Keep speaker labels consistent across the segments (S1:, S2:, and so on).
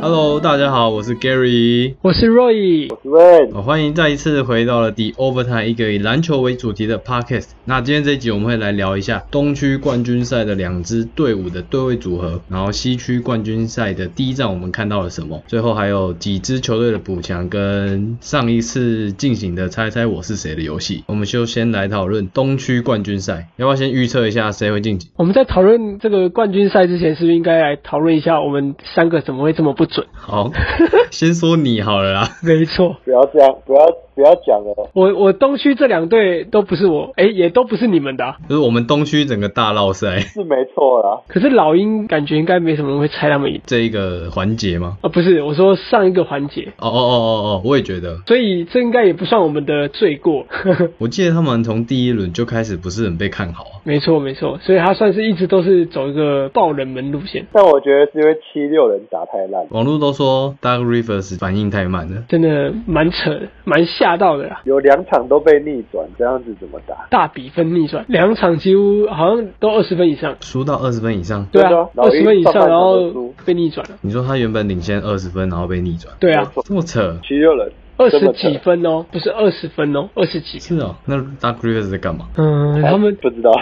S1: Hello，大家好，我是 Gary，
S2: 我是 Roy，
S3: Rain，
S1: 哦欢迎再一次回到了 The Overtime 一个以篮球为主题的 Podcast。那今天这一集我们会来聊一下东区冠军赛的两支队伍的对位组合，然后西区冠军赛的第一站我们看到了什么，最后还有几支球队的补强跟上一次进行的猜猜我是谁的游戏。我们就先来讨论东区冠军赛，要不要先预测一下谁会晋级？
S2: 我们在讨论这个冠军赛之前，是不是应该来讨论一下我们三个怎么会这么不准？
S1: 好，先说你好了啦。
S2: 没错，
S3: 不要这样，不要不要讲了。
S2: 我我东区这两队都不是我，哎、也都不是你们的啊、
S1: 就是我们东区整个大绕赛
S3: 是没错啦，
S2: 可是老鹰感觉应该没什么人会猜他们赢
S1: 这一个环节吗？
S2: 啊，不是，我说上一个环节，
S1: 哦哦哦哦哦，我也觉得，
S2: 所以这应该也不算我们的罪过。
S1: 我记得他们从第一轮就开始不是很被看好啊。
S2: 没错，没错，所以他算是一直都是走一个爆冷门路线，
S3: 但我觉得是因为七六人打太烂，
S1: 网络都说 Doug Rivers 反应太慢了，
S2: 真的蛮扯的，蛮吓到的啦。
S3: 有两场都被逆转，这样子怎么打？
S2: 大比分逆转，两场几乎好像都二十分以上，
S1: 输到二十分以上。
S2: 对
S3: 对啊
S2: 啊，
S3: 老
S2: 二
S3: 鹰
S2: 十分以上，
S3: 上半场
S2: 然
S3: 都
S2: 后
S3: 输
S2: 被逆转了。
S1: 你说他原本领先二十分，然后被逆转，
S2: 对啊，
S1: 这么扯，
S3: 七六人
S2: 二
S3: 这
S2: 十
S3: 么
S2: 几
S3: 扯，
S2: 分哦，不是二十分哦，二十几。
S1: 是哦。那 Doug Rivers 在干嘛？
S2: 嗯，他们
S3: 哎不 知道，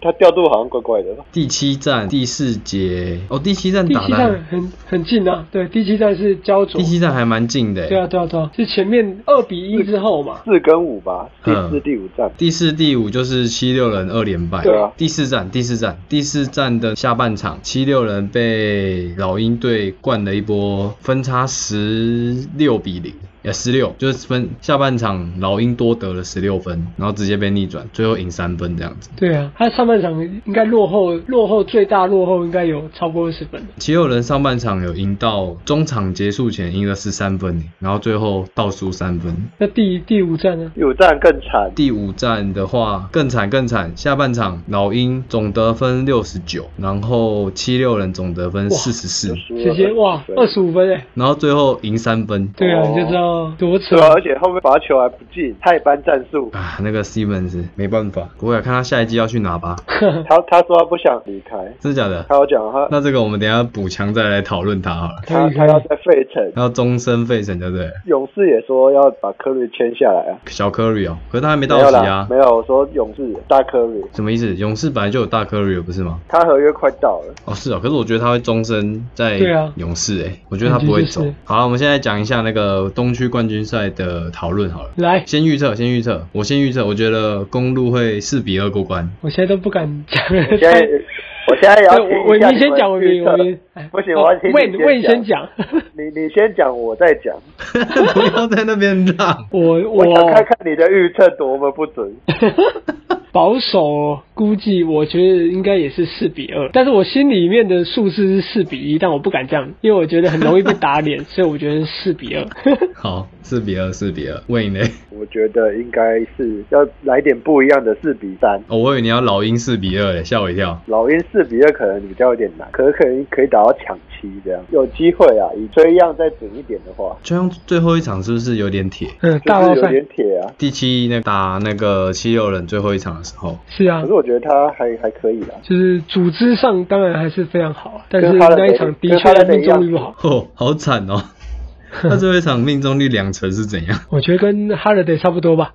S3: 他调度好像怪怪的。
S1: 第七站第四节，哦，第七站
S2: 第
S1: 打
S2: 七
S1: 的
S2: 站，很很近啊，对，第七站是焦灼
S1: 第。七站还蛮近的。欸
S2: 对啊，。对啊，对啊，是前面二比一之后嘛，
S3: 四跟五吧，第
S1: 嗯
S3: 四、第五站，
S1: 第四、第五就是七六人二连败。
S3: 对啊
S1: 第四站，第四站，第四站的下半场，七六人被老鹰队灌了一波分差十六比零。呃，十六就是分下半场老鹰多得了十六分，然后直接被逆转，最后赢三分这样子。
S2: 对啊，他上半场应该落后，落后最大落后应该有超过二十分。
S1: 七六人上半场有赢到中场结束前赢了十三分，然后最后倒输三分。
S2: 那第第五站呢？
S3: 第五站更惨，
S1: 第五站的话更惨更惨，下半场老鹰总得分六十九，然后七六人总得分
S2: 哇
S1: 四十四
S3: 就，输了
S2: 嗯直接哇，
S3: 20
S2: 二
S3: 分
S2: 十五分哎、
S1: 然后最后赢三分。
S2: 对啊，
S3: 哦
S2: 你就知道多扯
S3: 对。啊，而且后面罚球还不进，太班战术。
S1: 啊，那个 Stevens 没办法，我也看他下一季要去哪吧，
S2: 啊
S3: 他他说他不想离开，
S1: 真的假的？
S3: 他有讲他
S1: 那这个我们等一下补强再来讨论他好了。
S3: 他他要在费
S2: 嗯
S3: 城，
S1: 他要终身费城，对不对？
S3: 勇士也说要把科瑞签下来啊。
S1: 小 Curry 哦，可是他还没到
S3: 没有
S1: 期
S3: 啦
S1: 啊，
S3: 没。有，我说勇士大科瑞，
S1: 什么意思？勇士本来就有大 Curry 了不是吗？
S3: 他合约快到 了，
S1: 哦，是哦，可是我觉得他会终身在
S2: 对啊嗯
S1: 勇士哎、我觉得他不会走
S2: 感觉就是。
S1: 好了，我们现在讲一下那个东区冠军赛的讨论好了。
S2: 来，
S1: 先预测，先预测，我先预测，我觉得公路会四比二过关。
S2: 我现在都不敢讲
S3: 我现在
S2: 了。
S3: 我现在也要
S2: 对
S3: 听
S2: 我我
S3: 一下
S2: 明先讲，我
S3: 你们
S2: 明
S3: 预
S2: 我
S3: 测
S2: 明。哎
S3: 不行我要听你
S2: 哦问
S3: 先
S2: 问
S3: 讲
S2: 先讲。
S3: 你你先讲，我再讲。
S1: 不要在那边浪。
S2: 我我
S3: 我想看看你的预测多么不 准。
S2: 保守估计，我觉得应该也是四比二，但是我心里面的数字是四比一，但我不敢这样，因为我觉得很容易被打脸，所以我觉得四比二。
S1: 好，四比二，四比二。Win 嘞？
S3: 我觉得应该是要来点不一样的四比三。
S1: 哦，我以为你要老鹰四比二嘞，欸吓我一跳。
S3: 老鹰四比二可能比较有点难，可是可能可以打到抢七这样，有机会啊。以这样再准一点的话，
S1: 就像最后一场是不是有点铁？
S2: 嗯，大
S3: 就
S2: 爆
S3: 是有
S2: 赛
S3: 点铁啊。
S1: 第七那打那个七六人最后一场的时候，
S2: 是啊
S3: 可是，我觉得他还还可以啦。
S2: 就是组织上当然还是非常好啊，但是
S3: 跟哈兰德
S2: 那一场的
S3: 跟哈
S2: 确
S3: 兰德
S2: 命中率不好，
S1: 哦，好惨哦。 他最后一场命中率两成是怎样？
S2: 我觉得跟哈勒德差不多吧。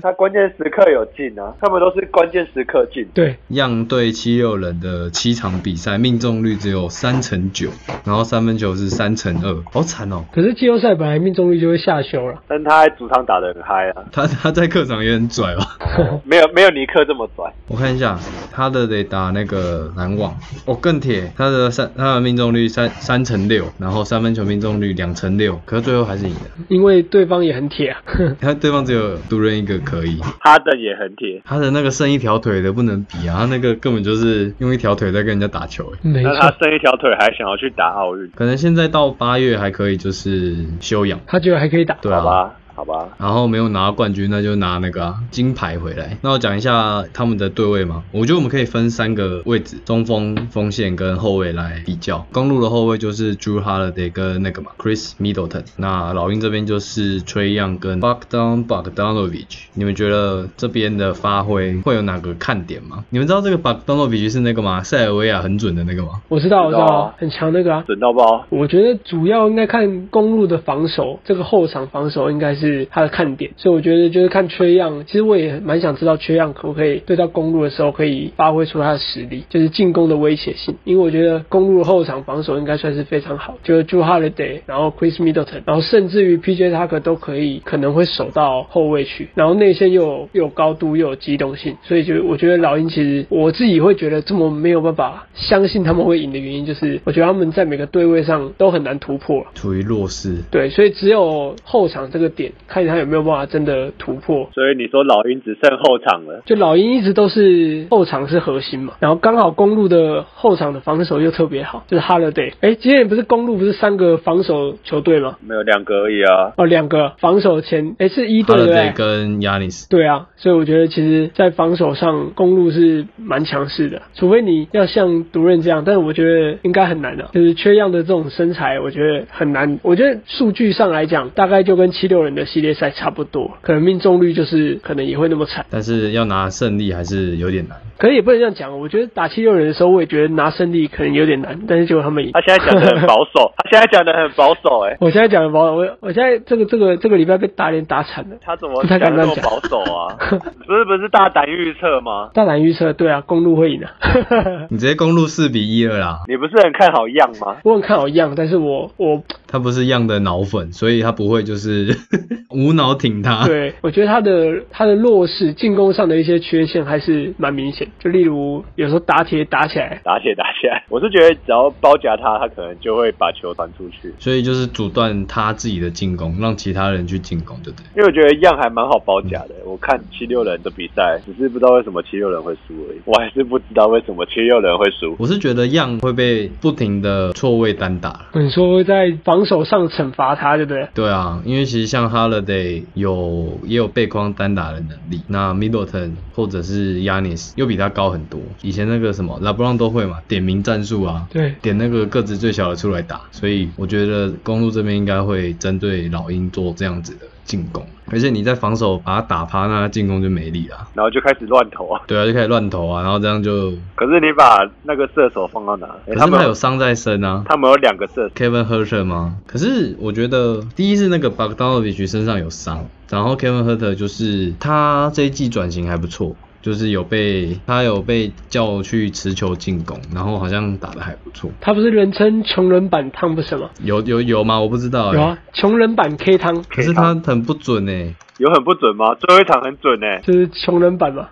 S3: 他关键时刻有进啊，他们都是关键时刻进。
S2: 对，
S1: 样对七六人的七场比赛命中率只有三成九，然后三分球是三成二，好惨哦。
S2: 可是季后赛本来命中率就会下修了，
S3: 但他在主场打得很嗨啊，
S1: 他他在客场也很拽哦吧？
S3: 没有没有尼克这么拽。
S1: 我看一下，他的得打那个篮网，哦更铁，他的三他的命中率三三成六，然后三分球命中率两成六，可是最后还是赢了。
S2: 因为对方也很铁啊。
S1: 他对方只有独人一个可以，
S3: 哈登也很铁，
S1: 他的那个剩一条腿的不能比啊，他那个根本就是用一条腿在跟人家打球欸
S2: 没
S3: 那他
S2: 错，
S3: 剩一条腿还想要去打奥运，
S1: 可能现在到八月还可以，就是休养，
S2: 他觉得还可以打。
S1: 对
S3: 好
S1: 啊，
S3: 吧？好吧？
S1: 然后没有拿到冠军，那就拿那个啊、金牌回来。那我讲一下他们的对位嘛，我觉得我们可以分三个位置，中锋、锋线跟后卫来比较。公路的后卫就是 Drew Holiday 跟那个嘛 Chris Middleton，那老鹰这边就是 Trey Young 跟 Bogdan Bogdanovic。你们觉得这边的发挥会有哪个看点吗？你们知道这个 Bogdanovic 是那个吗？塞尔维亚很准的那个吗？
S2: 我知道，我知
S3: 知道
S2: 道
S3: 啊，
S2: 很强那个啊。
S3: 准到爆！
S2: 我觉得主要应该看公路的防守，这个后场防守应该是他的看点，所以我觉得就是看缺样。其实我也蛮想知道缺样可不可以对到公路的时候可以发挥出他的实力，就是进攻的威胁性。因为我觉得公路的后场防守应该算是非常好，就是 j u Holiday，然后 Chris Middleton，然后甚至于 PJ Tucker 都可以可能会守到后卫去，然后内线又有又有高度又有机动性，所以就我觉得老鹰其实我自己会觉得这么没有办法相信他们会赢的原因，就是我觉得他们在每个对位上都很难突破。
S1: 处于弱势。
S2: 对，所以只有后场这个点，看他有没有办法真的突破。
S3: 所以你说老鹰只剩后场了，
S2: 就老鹰一直都是后场是核心嘛，然后刚好公路的后场的防守又特别好，就是 Holiday。哎，今天不是公路不是三个防守球队吗？
S3: 没有两个而已啊。
S2: 哦，两个防守前，哎，是一对不
S1: Holiday
S2: 对？
S1: 跟 Yanis，
S2: 对啊，所以我觉得其实，在防守上，公路是蛮强势的，除非你要像独任这样，但是我觉得应该很难的、啊就是缺样的这种身材，我觉得很难。我觉得数据上来讲，大概就跟七六人的系列赛差不多，可能命中率就是可能也会那么惨，
S1: 但是要拿胜利还是有点难。
S2: 可是也不能这样讲。我觉得打七六人的时候，我也觉得拿胜利可能有点难，但是结果他们赢
S3: 他。现在讲的很保守，他现在讲的很保守、哎，
S2: 我现在讲的保守，我我现在这个这个这个礼拜被打脸打惨了。
S3: 他怎么
S2: 不太
S3: 讲
S2: 敢
S3: 的那
S2: 乱
S3: 么
S2: 讲
S3: 保守啊？不是不是大胆预测吗？
S2: 大胆预测，对啊，公路会赢的、啊。
S1: 你直接公路四比一了啦，
S3: 你不是很看好样吗？
S2: 我很看好样，但是我我
S1: 他不是样的脑粉，所以他不会就是 无脑挺他。
S2: 对，我觉得他的他的弱势，进攻上的一些缺陷还是蛮明显。就例如有时候打铁打起来，
S3: 打起来打起来，我是觉得只要包夹他，他可能就会把球传出去。
S1: 所以就是阻断他自己的进攻，让其他人去进攻，对不对？
S3: 因为我觉得样还蛮好包夹的，
S1: 嗯
S3: 我看七六人的比赛，只是不知道为什么七六人会输而已。我还是不知道为什么七六人会输。
S1: 我是觉得样会被不停的错位单打。
S2: 你说在防守上惩罚他，对不对？
S1: 对啊，因为其实像 Holiday 有也有背框单打的能力，那 Middleton 或者是 Yanis 又比他高很多。以前那个什么 LeBron 都会嘛，点名战术啊，
S2: 对
S1: 点那个个子最小的出来打，所以我觉得公路这边应该会针对老鹰做这样子的进攻，而且你在防守把他打趴，那他进攻就没力啦。
S3: 然后就开始乱投啊！
S1: 对啊，就开始乱投啊，然后这样就，
S3: 可是你把那个射手放到哪？诶
S1: 可是
S3: 他们
S1: 他有伤在身啊。
S3: 他们有两个射手，
S1: Kevin Herter 吗？可是我觉得第一是那个 Bogdanovich 身上有伤，然后 Kevin Herter 就是他这一季转型还不错。就是有被他有被叫去持球进攻，然后好像打得还不错，
S2: 他不是人称穷人版汤普什吗？
S1: 有有有吗？我不知道哎、
S2: 有啊，穷人版 K 汤
S1: 可是他很不准哎、
S3: 有很不准吗？最后一场很准呢、
S1: 欸
S2: 就是穷人版嘛，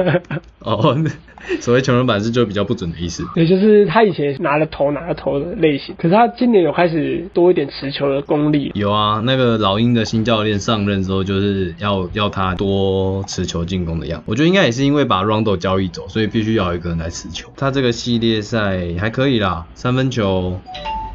S1: 哦， 所谓穷人版是就比较不准的意思。
S2: 也就是他以前拿了头拿了头的类型，可是他今年有开始多一点持球的功力，
S1: 有啊，那个老鹰的新教练上任之后，就是要要他多持球进攻的样子。我觉得应该也是因为把 Rondo 交易走，所以必须要有一个人来持球。他这个系列赛还可以啦，三分球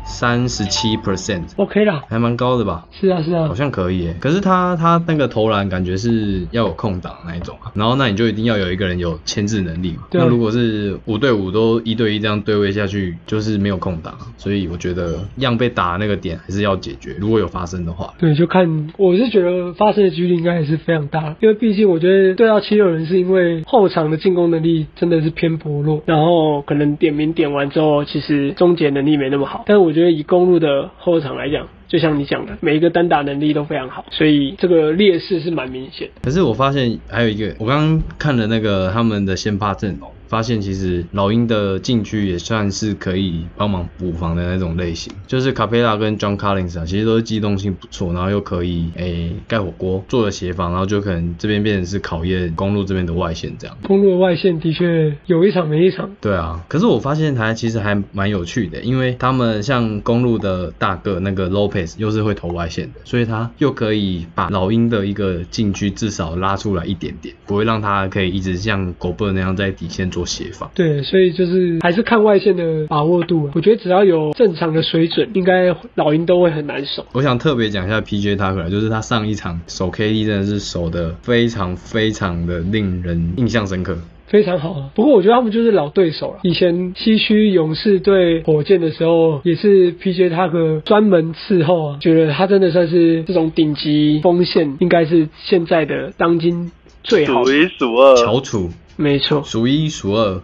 S1: 三十七 percent，
S2: ，OK 啦，
S1: 还蛮高的吧？
S2: 是啊是啊
S1: 好，像可以耶。可是他他那个投篮感觉是要有空档那一种啊，然后那你就一定要有一个人有牵制能力嘛。
S2: 对啊
S1: 那如果是五对五都一对一这样对位下去，就是没有空档啊，所以我觉得样被打那个点还是要解决，如果有发生的话。
S2: 对，就看我是觉得发生的几率应该也是非常大，因为毕竟我觉得对到七六人是因为后场的进攻能力真的是偏薄弱，然后可能点名点完之后，其实终结能力没那么好。但是我觉得以公路的后场来讲，就像你讲的，每一个单打能力都非常好，所以这个劣势是蛮明显的。
S1: 可是我发现还有一个，我刚刚看了那个他们的先发阵容，发现其实老鹰的禁区也算是可以帮忙补防的那种类型，就是卡佩拉跟 John Collins 啊，其实都是机动性不错，然后又可以诶盖火锅，做了协防，然后就可能这边变成是考验公路这边的外线这样。
S2: 公路的外线的确有一场没一场，
S1: 对啊，可是我发现还其实还蛮有趣的，因为他们像公路的大个那个 Lopez 又是会投外线的，所以他又可以把老鹰的一个禁区至少拉出来一点点，不会让他可以一直像狗笨那样在底线左做协防。
S2: 对，所以就是还是看外线的把握度啊。我觉得只要有正常的水准，应该老鹰都会很难守。
S1: 我想特别讲一下 PJ 塔克尔，就是他上一场守 KD 真的是守的非常非常的令人印象深刻。
S2: 非常好啊。不过我觉得他们就是老对手了。以前西区勇士对火箭的时候，也是 PJ 他个专门伺候啊，觉得他真的算是这种顶级锋线，应该是现在的当今最好
S3: 数
S2: 的。
S3: 一数二，
S1: 乔楚
S2: 没错，
S1: 数一数二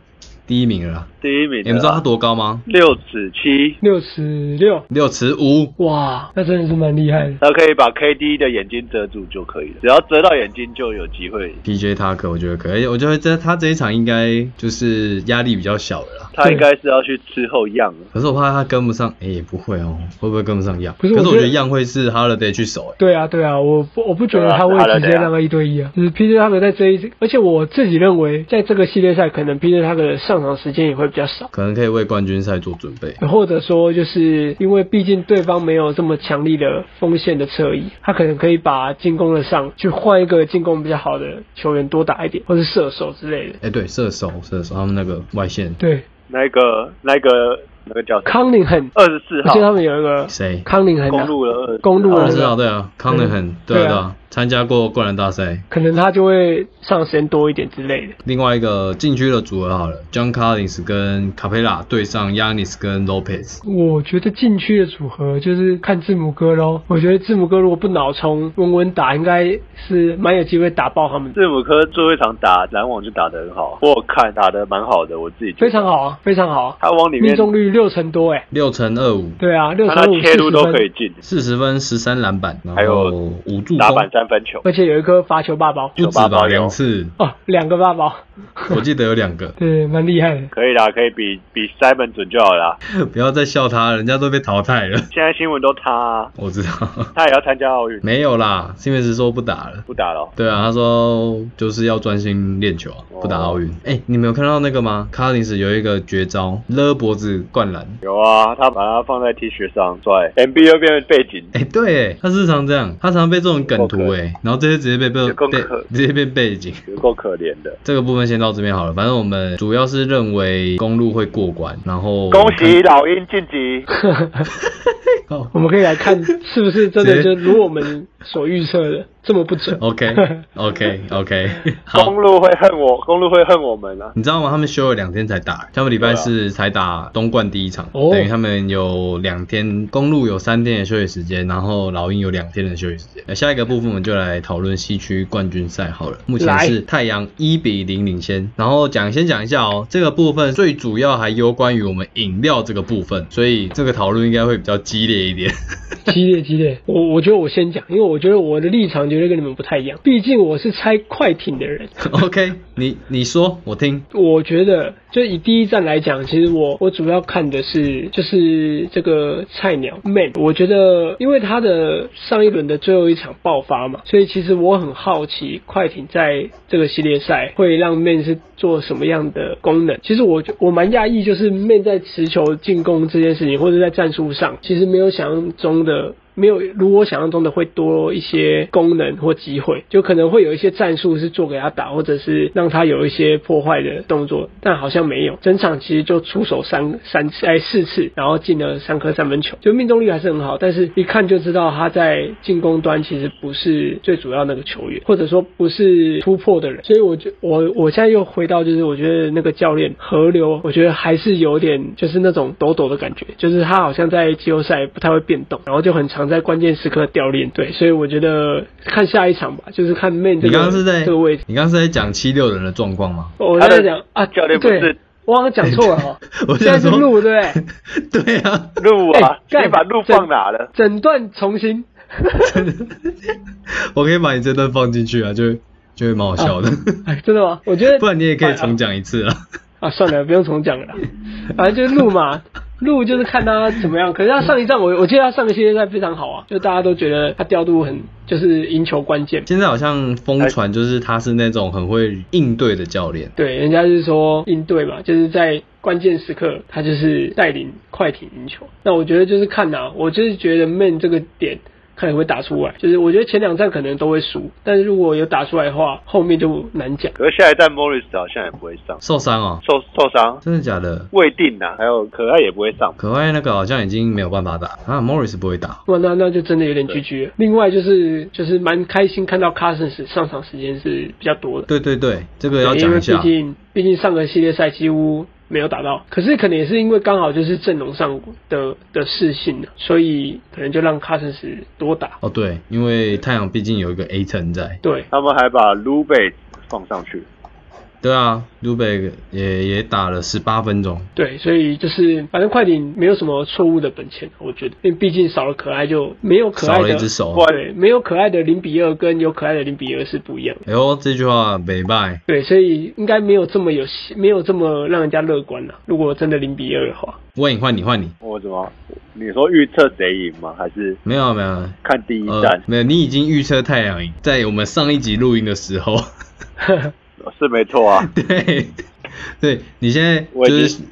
S1: 第一名了啦、
S3: 第一名的啦。
S1: 欸你们知道他多高吗？
S3: 六尺七，
S2: 六十六，
S1: 六尺五。
S2: 哇，那真的是蛮厉害的。
S3: 他可以把 KD 的眼睛遮住就可以了，只要遮到眼睛就有机会。
S1: PJ 塔克，我觉得可以，我觉得这他这一场应该就是压力比较小了啦。
S3: 他应该是要去吃后样了。
S1: 可是我怕他跟不上，哎、也不会哦，会不会跟不上样？
S2: 可
S1: 可
S2: 是
S1: 是
S2: 我
S1: 我
S2: 觉
S1: 觉
S2: 得
S1: 得样会是 Holiday 去守、哎
S2: 对啊，对啊，我不我不觉得他会直接让他一对一啊，就是 PJ 他们在这一，而且我自己认为，在这个系列赛，可能 PJ 他的上场时间也会比较少，
S1: 可能可以为冠军赛做准备。
S2: 或者说就是因为毕竟对方没有这么强力的锋线的侧翼，他可能可以把进攻的上去换一个进攻比较好的球员多打一点，或是射手之类的。
S1: 哎、对，射手，射手，他们那个外线
S2: 对，
S3: 那个、那个、那个叫
S2: 康宁很，
S3: 二十四
S2: 我记得他
S3: 号，
S2: 们有一个
S1: 谁？
S2: 康宁很、
S3: 公
S2: 啊，
S3: 路的24
S2: 公路
S3: 号
S1: 我
S2: 的
S1: 知道，对啊，康能很，对
S2: 对
S1: 啊，
S2: 啊
S1: 对啊，参加过灌篮大赛。
S2: 可能他就会上时间多一点之类的。
S1: 另外一个禁区的组合好了，John Collins 跟 Capela 对上 Yanis 跟 Lopez。
S2: 我觉得禁区的组合就是看字母哥喽。我觉得字母哥如果不脑冲，稳稳打，应该是蛮有机会打爆他们的。
S3: 字母科最后一场打篮网就打得很好，我有看打得蛮好的，我自己觉得
S2: 非常。好啊，非常好啊，
S3: 他往里
S2: 命
S3: 面，
S2: 中率六成多哎、
S1: 六乘二五，
S2: 对啊，六
S3: 他
S2: 成
S3: 那
S2: 五
S3: 切
S2: 四
S3: 入
S2: 十
S3: 都可以
S2: 分，
S3: 进，
S1: 四十分，十三篮板，然
S3: 还有
S1: 后五助
S3: 打
S1: 攻，
S3: 板三分球。
S2: 而且有一颗罚球霸包
S1: 不止
S3: 988
S1: 吧，
S3: 有
S1: 两次，
S2: 哦，两个霸包，，
S1: 我记得有两个
S2: 对，蛮厉害的。
S3: 可以啦，可以比比 Simon 准就好啦。
S1: 不要再笑他了，人家都被淘汰了。
S3: 现在新闻都他啊，
S1: 我知道，
S3: 他也要参加奥运，
S1: 没有啦，是因为是说不打了。
S3: 不打了哦。
S1: 对啊，他说就是要专心练球啊，
S3: 哦
S1: 不打奥运。哎、你们有看到那个吗？卡林斯有一个绝招，勒脖子灌篮。
S3: 有啊，他把它放在 T 恤上，帅，NBA 变成背景。
S1: 哎、对，他时常这样，他常被这种梗图哎，然后这些直接被被
S3: 有够
S1: 被
S3: 可
S1: 直接变背景。
S3: 有够可怜的，
S1: 这个部分先到这边好了，反正我们主要是认为公路会过关，然后
S3: 恭喜老鹰晋级，
S1: 哦
S2: 我们可以 来看是不是真的
S1: 直
S2: 就
S1: 接
S2: 如我们所预测的这么不准。
S1: OK OK OK，好
S3: 公，路会恨我，公路会恨我们啊！
S1: 你知道吗？他们休了两天才打，欸他们礼拜四才打东冠第一场，
S2: 啊哦
S1: 等于他们有两天，公路有三天的休息时间，然后老鹰有两天的休息时间。那欸下一个部分我们就来讨论西区冠军赛好了，目前
S2: 来
S1: 是太阳一比零领先，然后讲先讲一下哦，这个部分最主要还攸关于我们饮料这个部分，所以这个讨论应该会比较激烈一点。
S2: 激烈激烈，我我觉得我先讲，因为我觉得我的立场绝对跟你们不太一样，毕竟我是拆快艇的人，
S1: OK，你你说我听，
S2: 我觉得，就以第一站来讲，其实我我主要看的是就是这个菜鸟 Man。我觉得，因为他的上一轮的最后一场爆发嘛，所以其实我很好奇快艇在这个系列赛会让 Man 是做什么样的功能。其实我我蛮讶异，就是 Man 在持球进攻这件事情，或者在战术上，其实没有想象中的没有如我想象中的会多一些功能或机会，就可能会有一些战术是做给他打，或者是让他有一些破坏的动作，但好像没有。整场其实就出手三三次哎四次，然后进了三颗三分球，就命中率还是很好，但是一看就知道他在进攻端其实不是最主要那个球员，或者说不是突破的人。所以我就我我现在又回到就是我觉得那个教练河流，我觉得还是有点就是那种抖抖的感觉，就是他好像在季后赛不太会变动，然后就很常在关键时刻掉链。对，所以我觉得看下一场吧，就是看 Man 这个
S1: 你刚刚是在
S2: 这个位置。
S1: 你刚刚是在讲七六人的状况吗？，
S2: 我
S3: 他的
S2: 在讲啊，
S3: 教练不是
S2: 对，我好像讲错了哦
S1: 我
S2: 现在
S1: 想说
S2: 是录对不对？
S1: 对啊，
S3: 路啊，
S2: 哎干
S3: 你把路放哪了？
S2: 整段重新。
S1: 我可以把你这段放进去啊，就会就会蛮好笑的。
S2: 哎，真的吗？我觉得
S1: 不然你也可以重讲一次啊。
S2: 啊，算了，不用重讲了啦。反正就是录嘛，录就是看他怎么样。可是他上一站我，我记得他上个系列赛非常好啊，就大家都觉得他调度很，就是赢球关键。
S1: 现在好像疯传就是他是那种很会应对的教练，
S2: 对，人家就是说应对嘛，就是在关键时刻，他就是带领快艇赢球。那我觉得就是看呐、我就是觉得 Man 这个点看你会打出来。就是我觉得前两站可能都会输，但是如果有打出来的话，后面就难讲。
S3: 可是下一站 Morris 好像也不会上，
S1: 受伤哦，
S3: 受受伤
S1: 真的假的？
S3: 未定呐、还有可爱也不会上，
S1: 可爱那个好像已经没有办法打啊，Morris 不会打，
S2: 哇，那那就真的有点 GG 了。另外就是就是蛮开心看到 Cousins 上场时间是比较多的，
S1: 对对对，这个要
S2: 因
S1: 讲
S2: 为
S1: 一
S2: 毕
S1: 下，
S2: 竟毕竟上个系列赛几乎没有打到，可是可能也是因为刚好就是阵容上的的事情，所以可能就让卡森斯多打。
S1: 哦对，因为太阳毕竟有一个 A 层在，
S2: 对，
S3: 他们还把 Lu 贝放上去，
S1: 对啊 l u b e 也也打了十八分钟，
S2: 对，所以就是反正快艇没有什么错误的本钱，我觉得，因为毕竟少了可爱就没有可
S1: 少
S2: 爱
S1: 了一
S2: 的，
S1: 只手
S3: 不。然
S2: 对，没有可爱的零比二跟有可爱的零比二是不一样的。
S1: 哎呦，这句话没败，
S2: 对，所以应该没有这么有希，没有这么让人家乐观了、如果真的零比二的话，
S1: 问你换你换你，
S3: 我怎么你说预测谁赢吗？还是
S1: 没有没有，
S3: 看第一
S1: 呃
S3: 站、，
S1: 没有，你已经预测太阳赢，在我们上一集录音的时候， 呃
S3: 是没错啊？
S1: 对， 对你现在
S3: 我已
S1: 就
S3: 经
S1: 是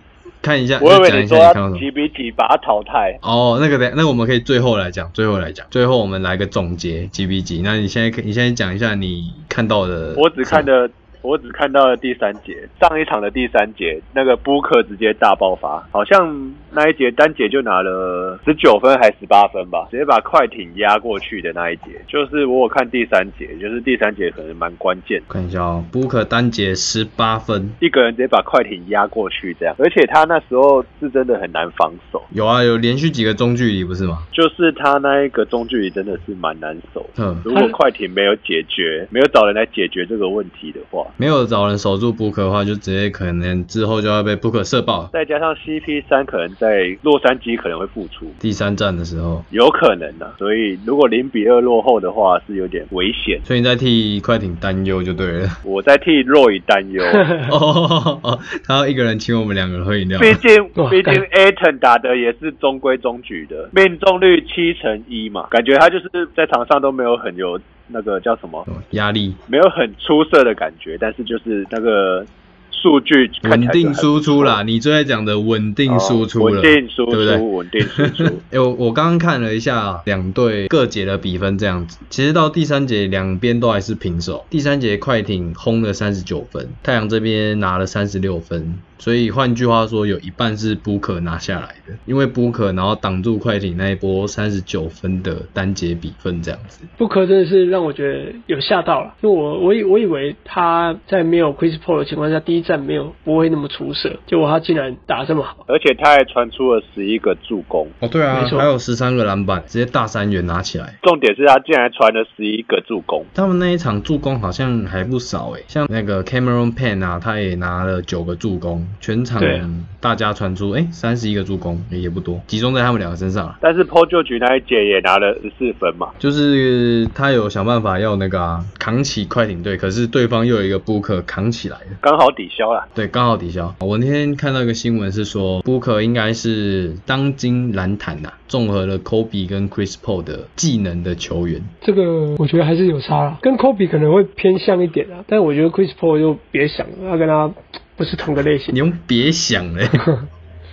S1: 看一下，
S3: 我以
S1: 就
S3: 为
S1: 讲一
S3: 你说
S1: 下你看到
S3: 要
S1: 什么
S3: 几。比几把他淘汰，
S1: 哦，那个等，那个我们可以最后来讲，最后来讲，最后我们来个总结，几比几？那你现在可，你现在讲一下你看到的。
S3: 我只看的。我只看到了第三节，上一场的第三节，那个布克直接大爆发，好像那一节单节就拿了十九分还十八分吧，直接把快艇压过去的那一节。就是我有看第三节，就是第三节可能蛮关键的，
S1: 看一下哦，Booker 单节十八分，
S3: 一个人直接把快艇压过去这样，而且他那时候是真的很难防守，
S1: 有啊，有连续几个中距离不是吗？
S3: 就是他那一个中距离真的是蛮难守的。
S1: 哼，
S3: 如果快艇没有解决，没有找人来解决这个问题的话，
S1: 没有找人守住 Booker 的话，就直接可能之后就要被 Booker 射爆。
S3: 再加上 CP 三可能在洛杉矶可能会复出，
S1: 第三站的时候，
S3: 有可能呢、所以如果零比二落后的话，是有点危险。
S1: 所以你在替快艇担忧就对了。
S3: 我在替若雨担 忧，
S1: 哦，哦他要一个人请我们两个人喝饮料。
S3: 毕竟
S2: 哇
S3: 毕竟
S2: 干
S3: Aton 打的也是中规中矩的，命中率七成一嘛，感觉他就是在场上都没有很有那个叫什么，
S1: 哦压力，
S3: 没有很出色的感觉，但是就是那个数据看
S1: 稳
S3: 起来就
S1: 定
S3: 还不
S1: 输出
S3: 错
S1: 啦。，你最爱讲的稳定
S3: 哦
S1: 输出了，
S3: 稳定输
S1: 对不对？。
S3: 出，稳定输出
S1: 哎、我我刚刚看了一下两队各节的比分，这样子，其实到第三节两边都还是平手。第三节快艇轰了三十九分，太阳这边拿了三十六分，所以换句话说，有一半是 Booker 拿下来的，因为 Booker 然后挡住快艇那一波三十九分的单节比分这样子。
S2: 布克真的是让我觉得有吓到了，因为我我以我以为他在没有 Chris Paul 的情况下，第一站没有不会那么出色，结果他竟然打这么好。
S3: 而且他还传出了十一个助攻，
S1: 哦，对啊
S2: 没错
S1: 还有十三个篮板，直接大三元拿起来。
S3: 重点是他竟然传了十一个助攻。
S1: 他们那一场助攻好像还不少诶，像那个 Cameron Payne 啊，他也拿了九个助攻，全场
S2: 对
S1: 大家传出诶三十一个助攻也也不多，集中在他们两个身上啊。
S3: 但是 p o j o 局那一节也拿了十四分嘛，
S1: 就是他有想办法要那个啊，扛起快艇队，可是对方又有一个 Booker 扛起来了。
S3: 刚好抵消啦。
S1: 对，刚好抵消。我那天看到一个新闻是说，Booker 应该是当今篮坛呐、综合了 Kobe 跟 Chris Paul 的技能的球员。
S2: 这个我觉得还是有差啦，跟 Kobe 可能会偏向一点啊，但我觉得 Chris Paul 就别想了，他跟他不是同个类型
S1: 你。用别想欸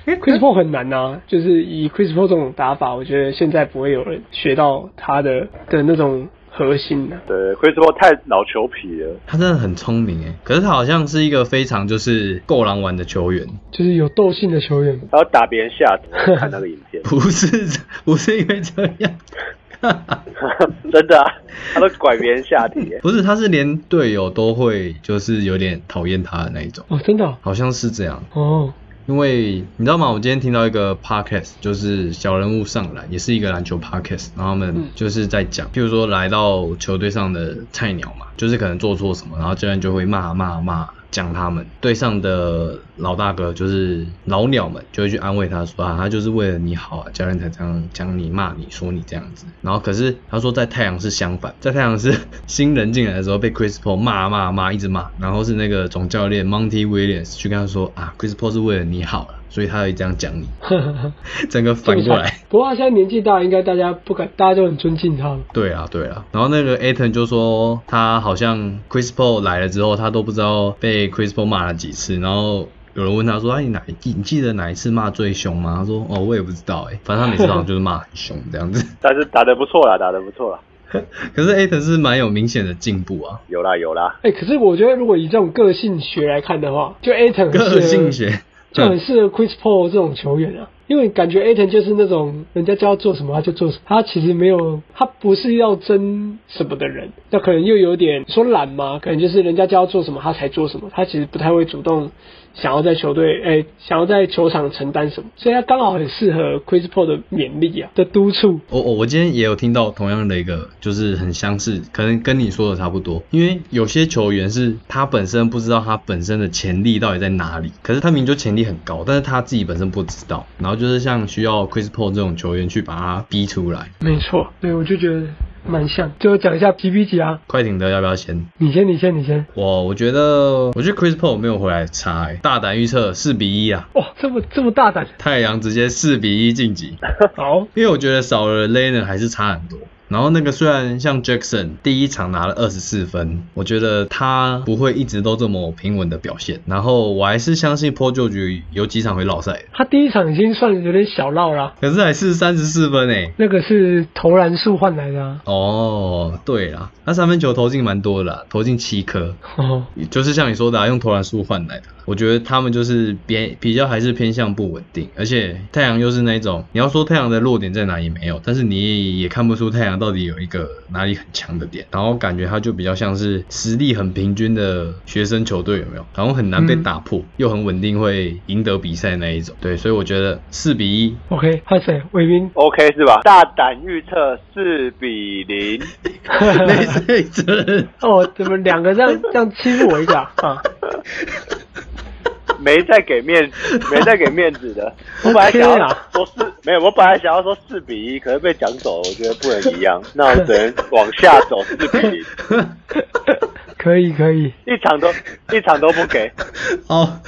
S1: 嘞、
S2: Chris Paul 很难啊，就是以 Chris Paul 这种打法，我觉得现在不会有人学到他的的那种核心啊。
S3: 对，Chris Paul 太老球皮了，
S1: 他真的很聪明诶，可是他好像是一个非常就是够狼玩的球员， ，
S2: 就是有斗性的球员。
S3: 他要打别人下子。我看那个影片
S1: 不是这不是因为这样，
S3: 真的啊，他都拐别人下体耶。
S1: 不是他是连队友都会就是有点讨厌他的那一种，
S2: 哦，真的哦
S1: 好像是这样。
S2: 哦，
S1: 因为你知道吗？我今天听到一个 podcast，就是小人物上篮，也是一个篮球 podcast，然后他们
S2: 嗯
S1: 就是在讲，譬如说来到球队上的菜鸟嘛，就是可能做错什么，然后教练就会骂骂骂。讲他们队上的老大哥就是老鸟们，就会去安慰他说啊，他就是为了你好啊，教练才这样讲你骂你说你这样子。然后可是他说在太阳是相反，在太阳是新人进来的时候被 Chris Paul 骂骂骂一直骂，然后是那个总教练 Monty Williams 去跟他说啊，Chris Paul 是为了你好了，啊所以他会这样讲你，
S2: 呵呵呵
S1: 整个反过来。。
S2: 不过他现在年纪大，应该大家不敢，大家都很尊敬他了。
S1: 对啊，对啊。然后那个 Aton 就说，他好像 Chris Paul 来了之后，他都不知道被 Chris Paul 骂了几次，然后有人问他说：“哎、你哪一你记得哪一次骂最凶吗？”他说：“哦，我也不知道哎、反正他每次好像就是骂很凶这样子。
S3: 但是打得不错啦，打得不错啦，”
S1: 可是 A 腾是蛮有明显的进步啊，
S3: 有啦有啦，。
S2: 哎、可是我觉得如果以这种个性学来看的话， 就 Aton 很适合
S1: 个性学。
S2: 就很适合 Chris Paul 这种球员啊，因为感觉 Aton 就是那种人家叫他做什么他就做什么，他其实没有，他不是要争什么的人，那可能又有点说懒嘛，可能就是人家叫他做什么他才做什么，他其实不太会主动想要在球队，哎、想要在球场承担什么，所以他刚好很适合 Chris Paul 的勉励啊的督促，
S1: 我哦我我今天也有听到同样的一个，就是很相似，可能跟你说的差不多。因为有些球员是他本身不知道他本身的潜力到底在哪里，可是他明明就潜力很高，但是他自己本身不知道。然后就是像需要 Chris Paul 这种球员去把他逼出来。
S2: 没错，对我就觉得蛮像。最后讲一下皮皮姐啊，
S1: 快艇的要不要先？
S2: 你先，你先，你先。
S1: 我我觉得，我觉得 Chris Paul 没有回来差、欸，大胆预测四比一啊，
S2: 哇，这么这么大 胆，
S1: 太阳直接四比一晋级。
S2: 好，
S1: 因为我觉得少了 l e n a 还是差很多。然后那个虽然像 Jackson 第一场拿了二十四分，我觉得他不会一直都这么平稳的表现。然后我还是相信 p o j o 局有几场会落赛的，
S2: 他第一场已经算有点小闹啊啦，
S1: 可是还是三十四分欸诶。
S2: 那个是投篮数换来的啊。
S1: 哦，对啦，他三分球投进蛮多的啦，投进七颗，
S2: 哦，
S1: 就是像你说的、啊，用投篮数换来的。我觉得他们就是比比较还是偏向不稳定，而且太阳又是那种你要说太阳的弱点在哪也没有，但是你也看不出太阳到底有一个哪里很强的点，然后感觉他就比较像是实力很平均的学生球队有没有？然后很难被
S2: 嗯
S1: 打破，又很稳定会赢得比赛那一种。对，所以我觉得四比一
S2: OK，换谁？伟斌
S3: ，OK 是吧？大胆预测四比 零，
S1: 没水 准。
S2: 哦，怎么两个这样这样欺负我一个啊？啊
S3: 没在给面子，没在给面 子的。我本来想要
S2: 啊
S3: 说四，没有，我本来想要说四比一，可是被讲走了，我觉得不能 一样，那我只能往下走四比零，
S2: 可以可以，
S3: 一场都一场都不给，
S1: 哦，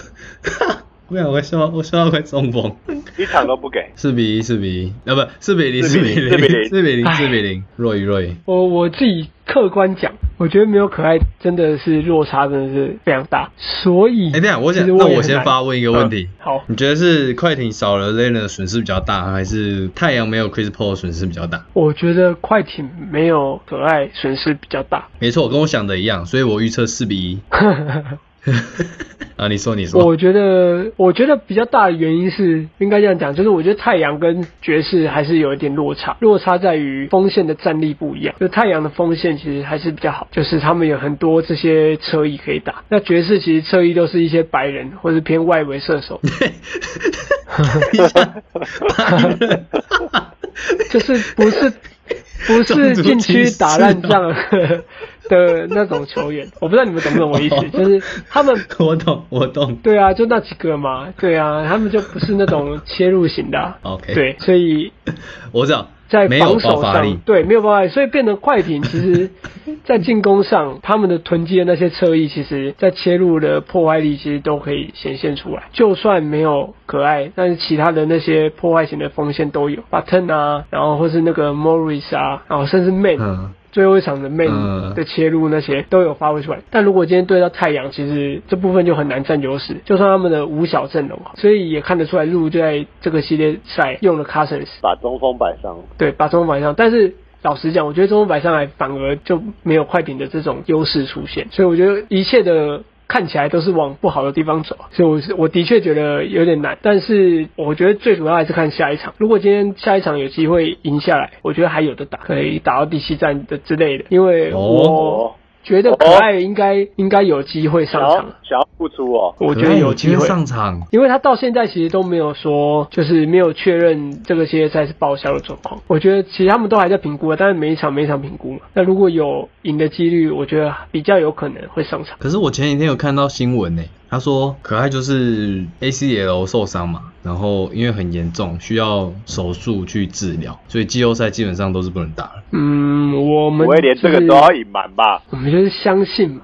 S1: 不想我笑到我笑到快中风。
S3: 一场都不给。
S1: 四比一，四比一，啊不，四比零，
S3: 4比
S1: 零，
S3: 0
S1: 四比零，
S3: 4
S1: 四比零，
S2: 唉
S1: 四比零，弱一弱一。
S2: 我我自己客观讲，我觉得没有可爱真的是落差真的是非常大，所以
S1: 哎、等一下我
S2: 其
S1: 想，
S2: 实
S1: 那
S2: 也
S1: 我
S2: 很
S1: 先
S2: 难
S1: 发问一个问题，
S2: 嗯好，
S1: 你觉得是快艇少了 l e n a 的损失比较大，还是太阳没有 Chris Paul 的损失比较大？
S2: 我觉得快艇没有可爱损失比较 大。
S1: 没错，我跟我想的一样，所以我预测四比一。 啊，你说，你说，
S2: 我觉得，我觉得比较大的原因是，应该这样讲，就是我觉得太阳跟爵士还是有一点落差，落差在于锋线的战力不一样。就太阳的锋线其实还是比较好，就是他们有很多这些侧翼可以打。那爵士其实侧翼都是一些白人或是偏外围射手，
S1: 一下，白人
S2: 就是不是。不是禁区打烂仗 的那种球员，我不知道你们懂不懂我意思，就是他们
S1: 我懂，我懂。
S2: 对啊，就那几个嘛，对啊，他们就不是那种切入型的啊、
S1: OK，，
S2: 对，所以
S1: 我知道，
S2: 在
S1: 没有
S2: 防
S1: 爆
S2: 守
S1: 发力
S2: 上，，对，没有办法，所以变成快艇其 实，在进攻上，他们的囤积的那些侧翼，其实在切入的破坏力，其实都可以显现出来。就算没有可爱，但是其他的那些破坏型的锋线都有，Button 啊，然后或是那个 Morris 啊，然后甚至 Man，、
S1: 嗯，
S2: 最后一场的 Man
S1: 嗯
S2: 的切入那些都有发挥出来。但如果今天对到太阳，其实这部分就很难占优势，就算他们的五小阵容，所以也看得出来，路就在这个系列赛用了 Cousins，
S3: 把中锋摆上，
S2: 对，把中锋摆上，但是。老实讲，我觉得中锋摆上来反而就没有快艇的这种优势出现，所以我觉得一切的看起来都是往不好的地方走，所以我是我的确觉得有点难，但是我觉得最主要还是看下一场。如果今天下一场有机会赢下来，我觉得还有的打，可以打到第七战的之类的，因为
S1: 哦
S2: 我觉得可爱应该、应该有机会上
S3: 想要
S2: 场，
S3: 想要付出哦。
S2: 我觉得有
S1: 今
S2: 机
S1: 天
S2: 会。
S1: 上场，
S2: 因为他到现在其实都没有说，就是没有确认这个系列赛是报销的状况。我觉得其实他们都还在评估啊，但是每一场每一场评估嘛。那如果有赢的几率，我觉得比较有可能会上场。
S1: 可是我前几天有看到新闻呢、欸他说可爱就是 ACL 受伤嘛，然后因为很严重，需要手术去治疗，所以季后赛基本上都是不能打了。
S2: 嗯，我们、
S3: 不
S2: 就是、
S3: 会连这个都要隐瞒吧？
S2: 我们就是相信嘛。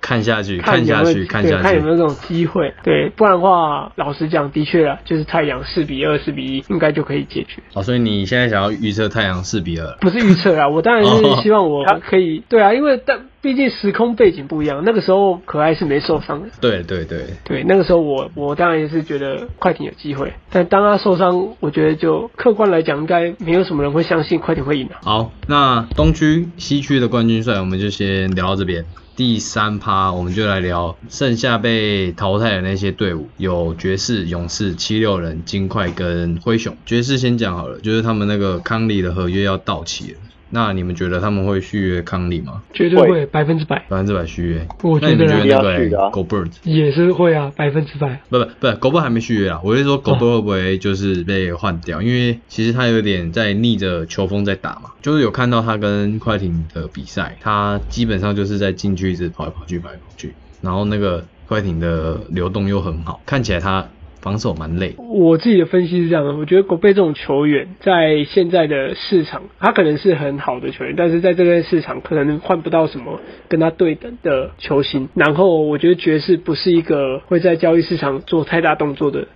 S1: 看下去，
S2: 看
S1: 看
S2: 有
S1: 下
S2: 没有
S1: 去，看
S2: 对
S1: 下
S2: 看有
S1: 去
S2: 没。有这种机会。对，不然的话，老实讲，的确啊，就是太阳四比二、四比一，应该就可以解决。
S1: 哦，所以你现在想要预测太阳四比二？
S2: 不是预 测啊，我当然
S1: 哦
S2: 是希望我
S3: 他
S2: 可以，对啊，因为但毕竟时空背景不一样，那个时候可爱是没受伤的，
S1: 对对对，
S2: 对，那个时候我我当然也是觉得快艇有机会，但当他受伤，我觉得就客观来讲，应该没有什么人会相信快艇会赢啊。
S1: 好，那东区、西区的冠军赛我们就先聊到这边。第三趴我们就来聊剩下被淘汰的那些队伍，有爵士、勇士、七六人、金块跟灰熊。爵士先讲好了，就是他们那个康利的合约要到期了。那你们觉得他们会续约康利吗？
S2: 绝对会百分之百，
S1: 百分之百续约？
S2: 我
S1: 那你
S2: 觉
S1: 们
S2: 得
S1: 觉得那个
S2: 啊
S3: 一定要续
S1: 嘞
S3: 的啊
S1: Gobert
S2: 也是会啊，百分之百。
S1: 不不不，狗 t 还没续约啊！我是说狗 t 会不会就是被换掉？因为其实他有点在逆着球风在打嘛，就是有看到他跟快艇的比赛，他基本上就是在禁区一直跑来跑去跑来跑去，然后那个快艇的流动又很好，看起来他防守蛮累。
S2: 我自己的分析是这样的，我觉得国贝这种球员在现在的市场，他可能是很好的球员，但是在这个市场可能换不到什么跟他对等的球星。然后我觉得爵士不是一个会在交易市场做太大动作的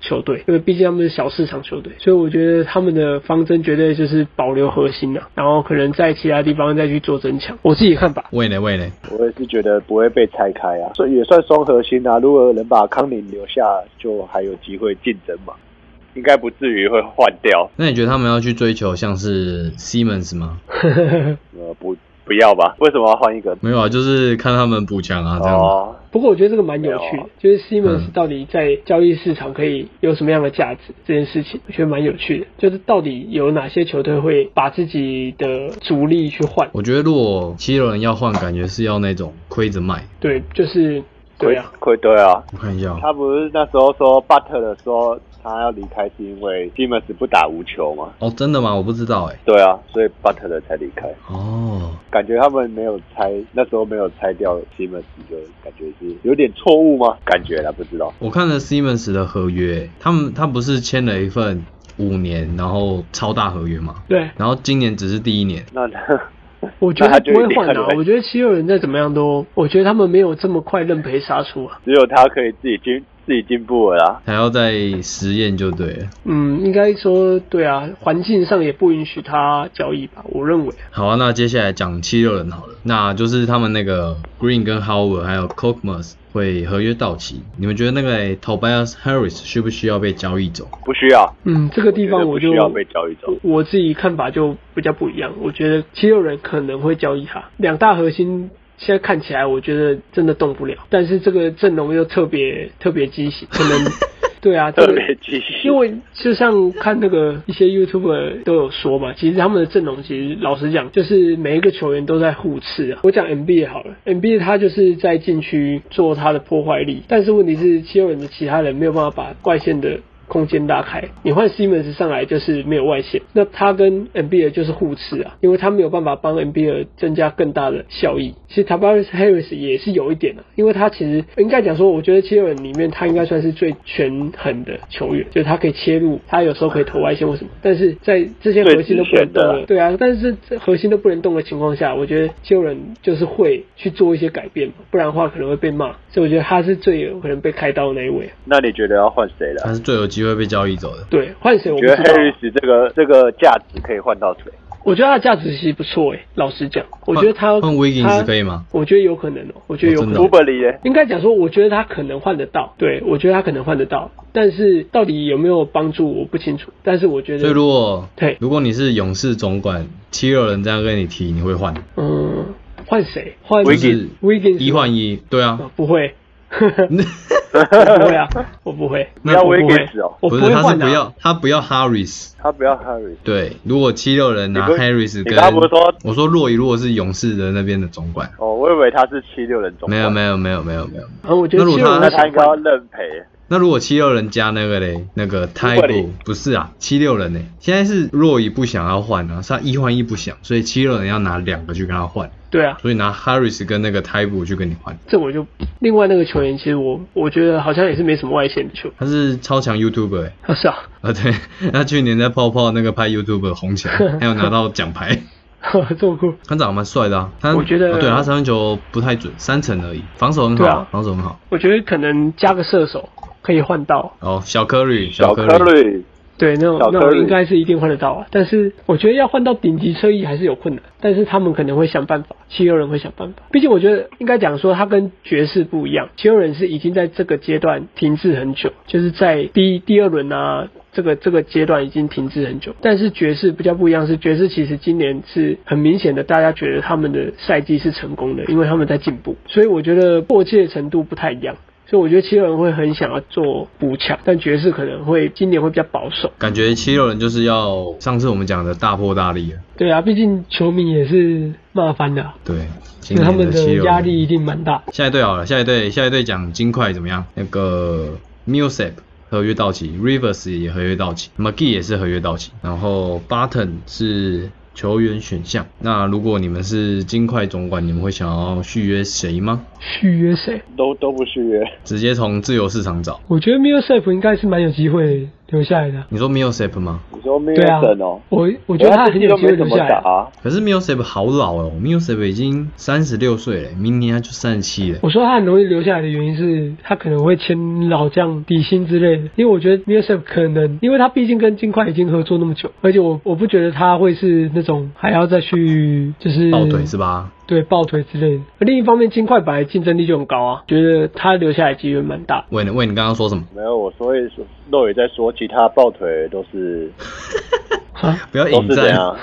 S2: 球队，因为毕竟他们是小市场球队，所以我觉得他们的方针绝对就是保留核心了、然后可能在其他地方再去做增强。我自己的看法，
S1: 喂嘞喂嘞，
S3: 我也是觉得不会被拆开啊，所以也算双核心啊。如果能把康宁留下，就还有机会竞争嘛，应该不至于会换掉。
S1: 那你觉得他们要去追求像是 Simmons 吗？
S3: 呃，不，不要吧？为什么要换一个？
S1: 没有啊，就是看他们补强啊这样。
S3: 哦，
S2: 不过我觉得这个蛮有趣
S3: 没有
S2: 的
S3: 啊，
S2: 就是 Simmons
S1: 嗯
S2: 到底在交易市场可以有什么样的价值这件事情，我觉得蛮有趣的。就是到底有哪些球队会把自己的主力去换？
S1: 我觉得如果七六人要换，感觉是要那种亏着卖。
S2: 对，就是对
S3: 亏
S2: 啊，
S3: 亏对啊，
S1: 我看一下哦、
S3: 他不是那时候说 But 的说他要离开是因为 Simmons 不打无球嘛？
S1: 哦，真的吗？我不知道哎、
S3: 对啊，所以 But 的才离开。
S1: 哦，
S3: 感觉他们没有拆，那时候没有拆掉 Simmons，就感觉是有点错误吗？感觉啦，不知道。
S1: 我看了 Simmons 的合约，他们他不是签了一份五年，然后超大合约嘛？
S2: 对，
S1: 然后今年只是第一年，
S3: 那
S2: 我觉得
S3: 那他就
S2: 不会换
S3: 一定
S2: 啊
S3: 很。累
S2: 我觉得七六人再怎么样都，我觉得他们没有这么快认赔杀出啊。
S3: 只有他可以自己进自己进步了啦。
S1: 还要再实验就对了。
S2: 嗯，应该说对啊，环境上也不允许他交易吧，我认为。
S1: 好啊，那接下来讲七六人好了，那就是他们那个 Green 跟 Howard 还有 c o k m a s 会合约到期，你们觉得那个 Tobias Harris 需不需要被交易走？
S3: 不需要，
S2: 嗯，这个地方
S3: 我
S2: 我
S3: 觉得
S2: 就
S3: 不需要被交易走
S2: 我我自己看法就比较不一样，我觉得七六人可能会交易他，两大核心现在看起来我觉得真的动不了，但是这个阵容又特别特别畸形，可 能对啊，这
S3: 特
S2: 个
S3: 别积极
S2: 因。为就像看那个一些 YouTube 都有说嘛，其实他们的阵容其实老实讲，就是每一个球员都在互斥啊。我讲 NBA 好了，NBA 他就是在禁区做他的破坏力，但是问题是七六人的其他人没有办法把外线的。空间拉开，你换 Simmons 上来就是没有外线，那他跟 NBA 就是互斥啊，因为他没有办法帮 NBA 增加更大的效益。其实 t a b a r i s Harris 也是有一点啊，因为他其实应该讲说，我觉得七六人里面他应该算是最权衡的球员，就是他可以切入，他有时候可以投外线或什么，但是在这些核心都不能动
S3: 最值钱的
S2: 的，对啊，但是这核心都不能动的情况下，我觉得七六人就是会去做一些改变嘛，不然的话可能会被骂，所以我觉得他是最有可能被开刀的那一位啊。
S3: 那你觉得要换谁了？
S1: 他是最有机会被交易走的。
S2: 对，换谁我
S3: 你
S2: 不
S3: 觉
S2: 知道
S3: 得
S2: 啊、
S3: Harris 这个这个价值可以换到谁？
S2: 我觉得他的价值其实不错诶，老实讲，我觉得他
S1: 换换 Wiggins 可
S2: 以，
S1: 以吗？
S2: 我觉得有可能哦、我觉得有可
S1: 哦真
S2: 能。
S1: 的哦
S3: u b e r 呢？
S2: 应该讲说，我觉得他可能换得到，对我觉得他可能换得到，但是到底有没有帮助我不清楚。但是我觉
S1: 所以
S2: 得，
S1: 如果
S2: 对，
S1: 如果你是勇士总管，七六人这样跟你提，你会换？
S2: 嗯，换谁？换
S1: 就
S3: Wiggins
S1: 是
S2: Wiggins
S1: 一换一，对啊，
S2: 哦不会，我 不会啊，我不会，
S3: 不要
S2: 我不会
S3: Wiggins 哦，
S2: 我
S1: 不
S2: 不
S1: 是，
S2: 会
S1: 他是
S2: 换
S1: 不
S2: 的啊。
S1: 要，他不要 Harris。
S3: 他不要 Harris。
S1: 对，如果七六人拿
S3: 你不
S1: Harris
S3: 你
S1: 跟，
S3: 刚刚不是说
S1: 我说若雨如果是勇士的那边的总管，
S3: 哦，我以为他是七六人总管
S1: 没有没有没有没有没有。
S2: 然后我觉得
S1: 那如
S2: 七
S1: 果
S2: 六人
S1: 他
S2: 会
S3: 那他
S2: 想
S3: 应该要
S2: 换，
S3: 认赔。
S1: 那如果七六人加那个嘞，那个 t y
S3: 如
S1: b
S3: 果
S1: e
S3: 你
S1: 不是啊，七六人呢、现在是若雨不想要换啊，是他一换一不想，所以七六人要拿两个去跟他换，
S2: 对啊，
S1: 所以拿 Harris 跟那个 t y b e 去跟你换。
S2: 这我就另外那个球员，其实我我觉得好像也是没什么外线的球员，
S1: 他是超强 YouTuber 哎、
S2: 啊是啊，
S1: 啊对，他去年在泡泡那个拍 YouTuber 红起来，还有拿到奖牌。
S2: 这么酷，
S1: 他长得蛮帅的啊。他
S2: 我觉得
S1: 哦对他三分球不太准，三成而已，防守很好，
S2: 对啊
S1: 防守很好。
S2: 我觉得可能加个射手可以换到，
S1: 哦，小科瑞，
S3: 小
S1: 科
S3: 科瑞
S2: 对，那种
S3: 小
S2: 那
S3: 颗
S2: 种
S3: 粒
S2: 应该是一定换得到啊。但是我觉得要换到顶级车衣还是有困难，但是他们可能会想办法，七六人会想办法。毕竟我觉得应该讲说，他跟爵士不一样，七六人是已经在这个阶段停滞很久，就是在第一第二轮啊。这个这个阶段已经停滞很久，但是爵士比较不一样，是爵士其实今年是很明显的，大家觉得他们的赛季是成功的，因为他们在进步，所以我觉得过界程度不太一样，所以我觉得七六人会很想要做补强，但爵士可能会今年会比较保守。
S1: 感觉七六人就是要上次我们讲的大破大立了。
S2: 对啊，毕竟球迷也是骂翻的啊、
S1: 对，今
S2: 所以他
S1: 年
S2: 们
S1: 七
S2: 的
S1: 六
S2: 压
S1: 人
S2: 力一定蛮大。
S1: 下一队好了，下一队下一队讲金块怎么样？那个 Musep 合约到期，Rivers 也合约到期，McGee 也是合约到期，然后 Button 是球员选项。那如果你们是金块总管，你们会想要续约谁吗？
S2: 续约谁？
S3: 都都不续约，
S1: 直接从自由市场找。
S2: 我觉得 m i l s a p 应该是蛮有机会留下来的啊。
S1: 你说 Musep 吗？
S3: 你说 m i
S2: 对
S3: l
S2: 啊
S3: s o n 哦，，
S2: 我啊我觉得他
S3: 自
S2: 很
S3: 己
S2: 有
S3: 都
S2: 机会
S3: 没怎
S2: 留
S3: 么
S2: 下来
S3: 打
S2: 啊。
S3: 啊，
S1: 可是 Musep 好老哦，Musep 已经三十六岁了，明年他就三十七了。
S2: 我说他很容易留下来的原因是，他可能会签老将底薪之类的。因为我觉得 m i l s a p 可能，因为他毕竟跟金块已经合作那么久，而且我我不觉得他会是那种还要再去就是
S1: 抱腿是吧？
S2: 对抱腿之类的。另一方面，金块本来竞争力就很高啊，觉得他留下来机会蛮大。
S1: 喂喂，你刚刚说什么？
S3: 没有我所以说肉也在说，其他抱腿都是
S2: 啊，
S1: 不要
S3: 都
S1: 引
S3: 哦是怎
S1: 战。
S3: 样？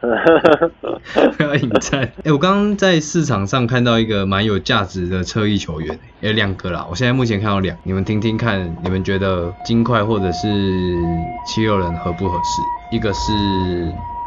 S1: 不要引战。 哎、我刚刚在市场上看到一个蛮有价值的侧翼球员，有两个啦。我现在目前看到两，你们听听看，你们觉得金块或者是七六人合不合适？一个是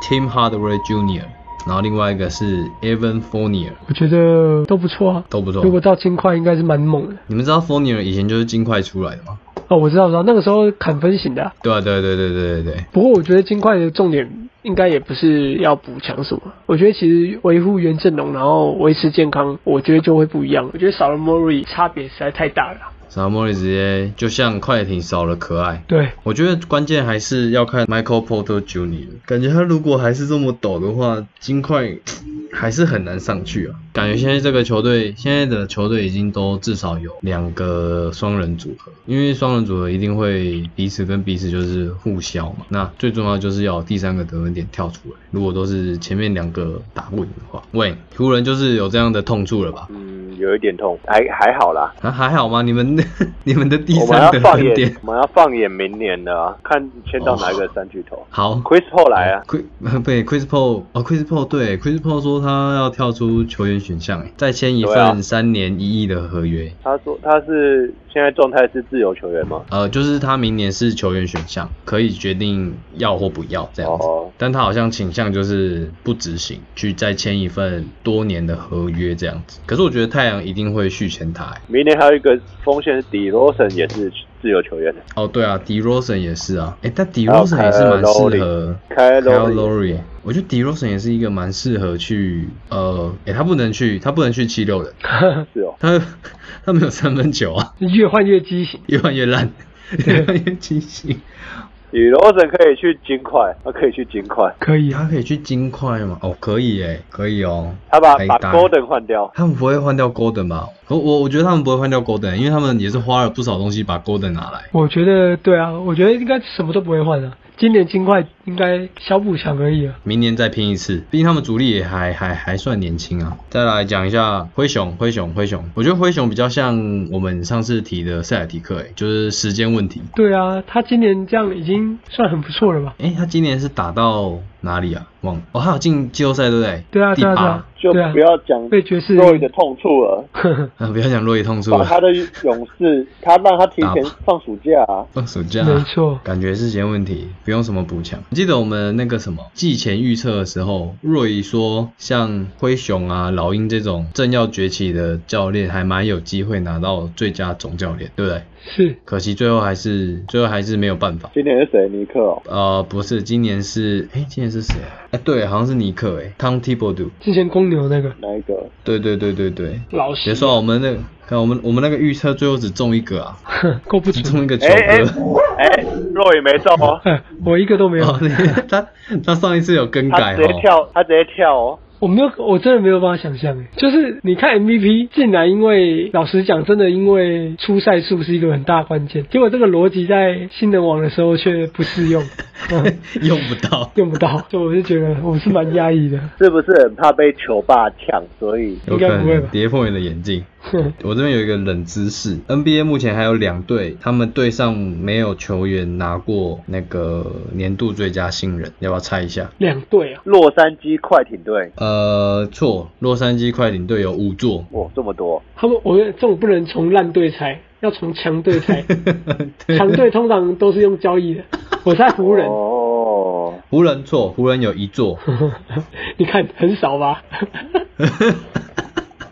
S1: Tim Hardaway Jr.，然后另外一个是 Evan Fournier，
S2: 我觉得都不错啊。
S1: 都不错
S2: 如。果到金块，应该是蛮猛的。
S1: 你们知道 Fournier 以前就是金块出来的吗？
S2: 哦，我知道，我知道，那个时候砍分型的啊、
S1: 对啊，对对对对对对。
S2: 不过我觉得金块的重点应该也不是要补强什么，我觉得其实维护原阵容，然后维持健康，我觉得就会不一样。我觉得少了 Murray 差别实在太大了啊。
S1: 然后莫里直接就像快艇少了可爱，
S2: 对，
S1: 我觉得关键还是要看 Michael Porter Jr.，感觉他如果还是这么抖的话，金块还是很难上去啊。感觉现在这个球队，现在的球队已经都至少有两个双人组合，因为双人组合一定会彼此跟彼此就是互消嘛。那最重要就是要有第三个得分点跳出来。如果都是前面两个打不赢的话，喂，湖人就是有这样的痛处了吧？
S3: 嗯，有一点痛，还还好啦。
S1: 啊，还好吗？你们 你们的第
S3: 我们
S1: 三
S3: 要
S1: 得
S3: 放
S1: 分
S3: 眼
S1: 点，
S3: 我们要放眼明年的啊，看签到哪一个三巨头。
S1: 好。
S3: Chris 后来啊，
S1: Chris 呃对 Chris Paul 哦，Chris Paul 对 Chris Paul 说他要跳出球员选项，哎再签一
S3: 对啊
S1: 份三年一亿的合约。
S3: 他说他是现在状态是自由球员吗？
S1: 呃，就是他明年是球员选项，可以决定要或不要这样子。
S3: 哦
S1: 但他好像倾向就是不执行，去再签一份多年的合约这样子。可是我觉得太阳一定会续签他。哎
S3: 明年还有一个锋线是 d e r o s o n 也是自由球员的
S1: 哦，对啊，D Rosen 也是啊，哎，但 D
S3: 还有
S1: Rosen 也是蛮
S3: Kyle
S1: 适合
S3: Lowry Kyle
S1: l o r y 我觉得 D Rosen 也是一个蛮适合去呃，哎，他不能去，他不能去七六人。
S3: 是哦，
S1: 他他没有三分球啊，
S2: 越换越畸形。
S1: 越换越烂，越换越清晰。
S3: d e r o s o n 可以去金块，他可以去金块，
S2: 可以啊，
S1: 他可以去金块吗？哦，可以耶，可以哦。
S3: 他把
S1: 可以
S3: 把
S1: 打
S3: Golden 换掉，
S1: 他们不会换掉 Golden 吧？我我我觉得他们不会换掉 Golden，因为他们也是花了不少东西把 Golden 拿来。
S2: 我觉得对啊，我觉得应该什么都不会换啊。今年金块应该小补强而已啊。
S1: 明年再拼一次，毕竟他们主力也还还还算年轻啊。再来讲一下灰熊，灰熊，灰熊，我觉得灰熊比较像我们上次提的塞尔提克，哎，就是时间问题。
S2: 对啊，他今年这样已经算很不错了吧？
S1: 哎，他今年是打到哪里啊？忘了哦，他有进季后赛对不对？
S2: 对啊，
S1: 第
S2: 对啊，对
S1: 八
S2: 啊。，
S3: 就
S2: 对啊
S3: 不要讲
S2: 被爵士
S3: Roy 的痛处了，
S1: 啊，不要讲落叶痛处
S2: 哦
S3: 把
S1: 了。
S3: 他的勇士，他让他提前
S1: 打吧
S3: 放暑假啊。
S1: 放暑假、
S2: 没错
S1: 感觉是些问题，不用什么补强。记得我们那个什么季前预测的时候，若仪说像灰熊啊、老鹰这种正要崛起的教练，还蛮有机会拿到最佳总教练，对不对？
S2: 是
S1: 可惜最后还是最后还是没有办法。
S3: 今年是谁？尼克哦，
S1: 呃，不是，今年是哎，今年是谁？哎，对，好像是尼克哎，Tom Thibodeau。
S2: 之前公牛那个
S3: 哪一个？
S1: 对对对对对，
S2: 老师
S1: 别，说我们那个对啊，我们我们那个预测最后只中一个啊，
S2: 够不
S1: 只
S2: 准。
S1: 中一个球
S3: 哎哎
S1: 哥。
S3: 哎，若雨没中哦，
S2: 哎，我一个都没有，
S1: 哦，你他他上一次有更
S3: 他
S1: 改
S3: 直
S1: 哦，
S3: 接跳，他直接跳哦。
S2: 我没有，我真的没有办法想象。哎，就是你看 MVP，竟然因为老实讲，真的因为出赛数是一个很大关键，结果这个逻辑在新人王的时候却不适 用，嗯，
S1: 用不到。
S2: 用不到。所以我就觉得我是蛮压抑的。
S3: 是不是很怕被球霸抢？所以
S1: 有可
S2: 应该不会
S1: 能
S2: 吧
S1: 跌破你的眼镜。
S2: 哼
S1: 我这边有一个冷知识，NBA 目前还有两队，他们队上没有球员拿过那个年度最佳新人，要不要猜一下？
S2: 两队啊，
S3: 洛杉矶快艇队，。
S1: 呃，错，洛杉矶快艇队有五座
S3: 哇，这么多，
S2: 他们我这种不能从烂队猜，要从强队 猜。
S1: 对
S2: 强队通常都是用交易的，我猜湖人。
S3: 哦，
S1: 湖人错，湖人有一座。
S2: 你看很少吧？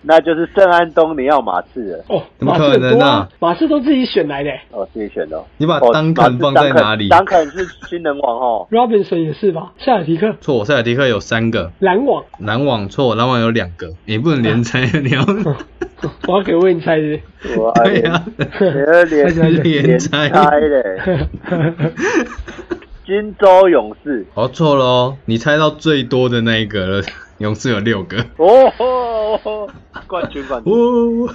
S3: 那就是圣安东尼奥马刺了。
S2: 哦，
S1: 怎么
S2: 马
S1: 可
S2: 刺很
S1: 能
S2: 多
S1: 啊
S2: 啊，马刺都自己选来的欸
S3: 哦，自己选的哦。
S1: 你把
S3: 哦
S1: Duncan 放在哪里
S3: 丹肯是新人王哦。
S2: ，Robinson 也是吧？塞尔提克、
S1: 错，塞尔迪克有三个，
S2: 篮网，
S1: 篮网错，篮网有两个，你不能连 猜，你要哦
S2: 我要给魏你猜的。
S3: 我
S2: 哎
S1: 对啊呀、
S3: 连
S2: 而且还
S3: 连
S2: 是
S1: 连猜
S3: 猜嘞，金州勇士。
S1: 哦，错喽，你猜到最多的那一个了，勇士有六个，
S3: 哦吼，冠军冠军。
S1: 哦，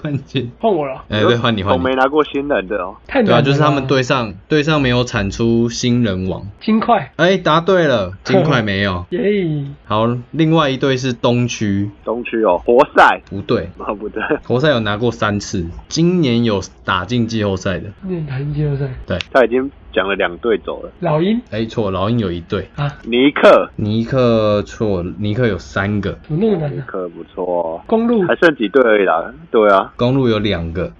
S1: 冠军。
S2: 换我了，
S1: 哎、对，换你换
S3: 我
S1: 你
S3: 没。拿过新人的哦。
S2: 太难
S1: 对
S2: 了
S1: 啊，
S2: 啦。
S1: 就是他们队上队上没有产出新人王。
S2: 金块，
S1: 哎、答对了，金块没有。
S2: 耶、
S1: 好，另外一队是东区，
S3: 东区哦，活塞。
S1: 不对，
S3: 哦， 不对，
S1: 活塞有拿过三次，今年有打进季后赛的。
S2: 念坛季后赛，
S3: 他已经讲了两队走了。
S2: 老鹰
S1: 哎、错，老鹰有一队。
S2: 啊，
S3: 尼克，
S1: 尼克错，尼克有三个，
S2: 怎么那么难
S3: 尼
S2: 呢、
S3: 克不错哦，
S2: 公路
S3: 还，剩几队而已啦。对啊，
S1: 公路有两个，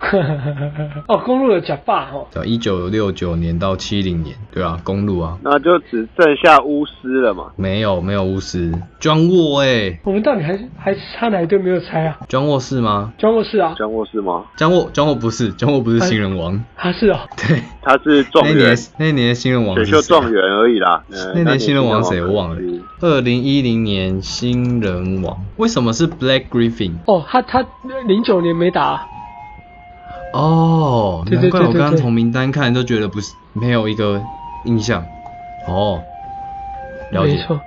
S2: 哦，公路有假发哦，
S1: 对、啊，一九六九年到七零年，对啊，公路啊，
S3: 那就只剩下巫师了嘛。
S1: 没有没有巫师，庄沃哎，
S2: 我们到底还还差哪一队没有猜啊？
S1: 庄沃是吗？
S2: 庄沃士啊，
S3: 詹沃斯吗？
S1: 庄沃庄沃不是，庄沃不是新人王，
S2: 他是哦，
S1: 对，
S3: 他是状
S1: 那一
S3: 元
S1: 年，那一年的新人王
S3: 选
S1: 是
S3: 秀
S1: 谁啊
S3: 状元而已啦。呃
S1: 那年新人王谁我忘
S3: 可惜
S1: 了。二零一零年新人王，为什么是 Black Griffin？
S2: 哦，他他零九年没打、啊，
S1: 哦，
S2: 对
S1: 难
S2: 对
S1: 怪
S2: 对
S1: 我
S2: 对
S1: 刚刚
S2: 对
S1: 从名单看都觉得不是没有一个印象。哦，了
S2: 没
S1: 解。
S2: 错，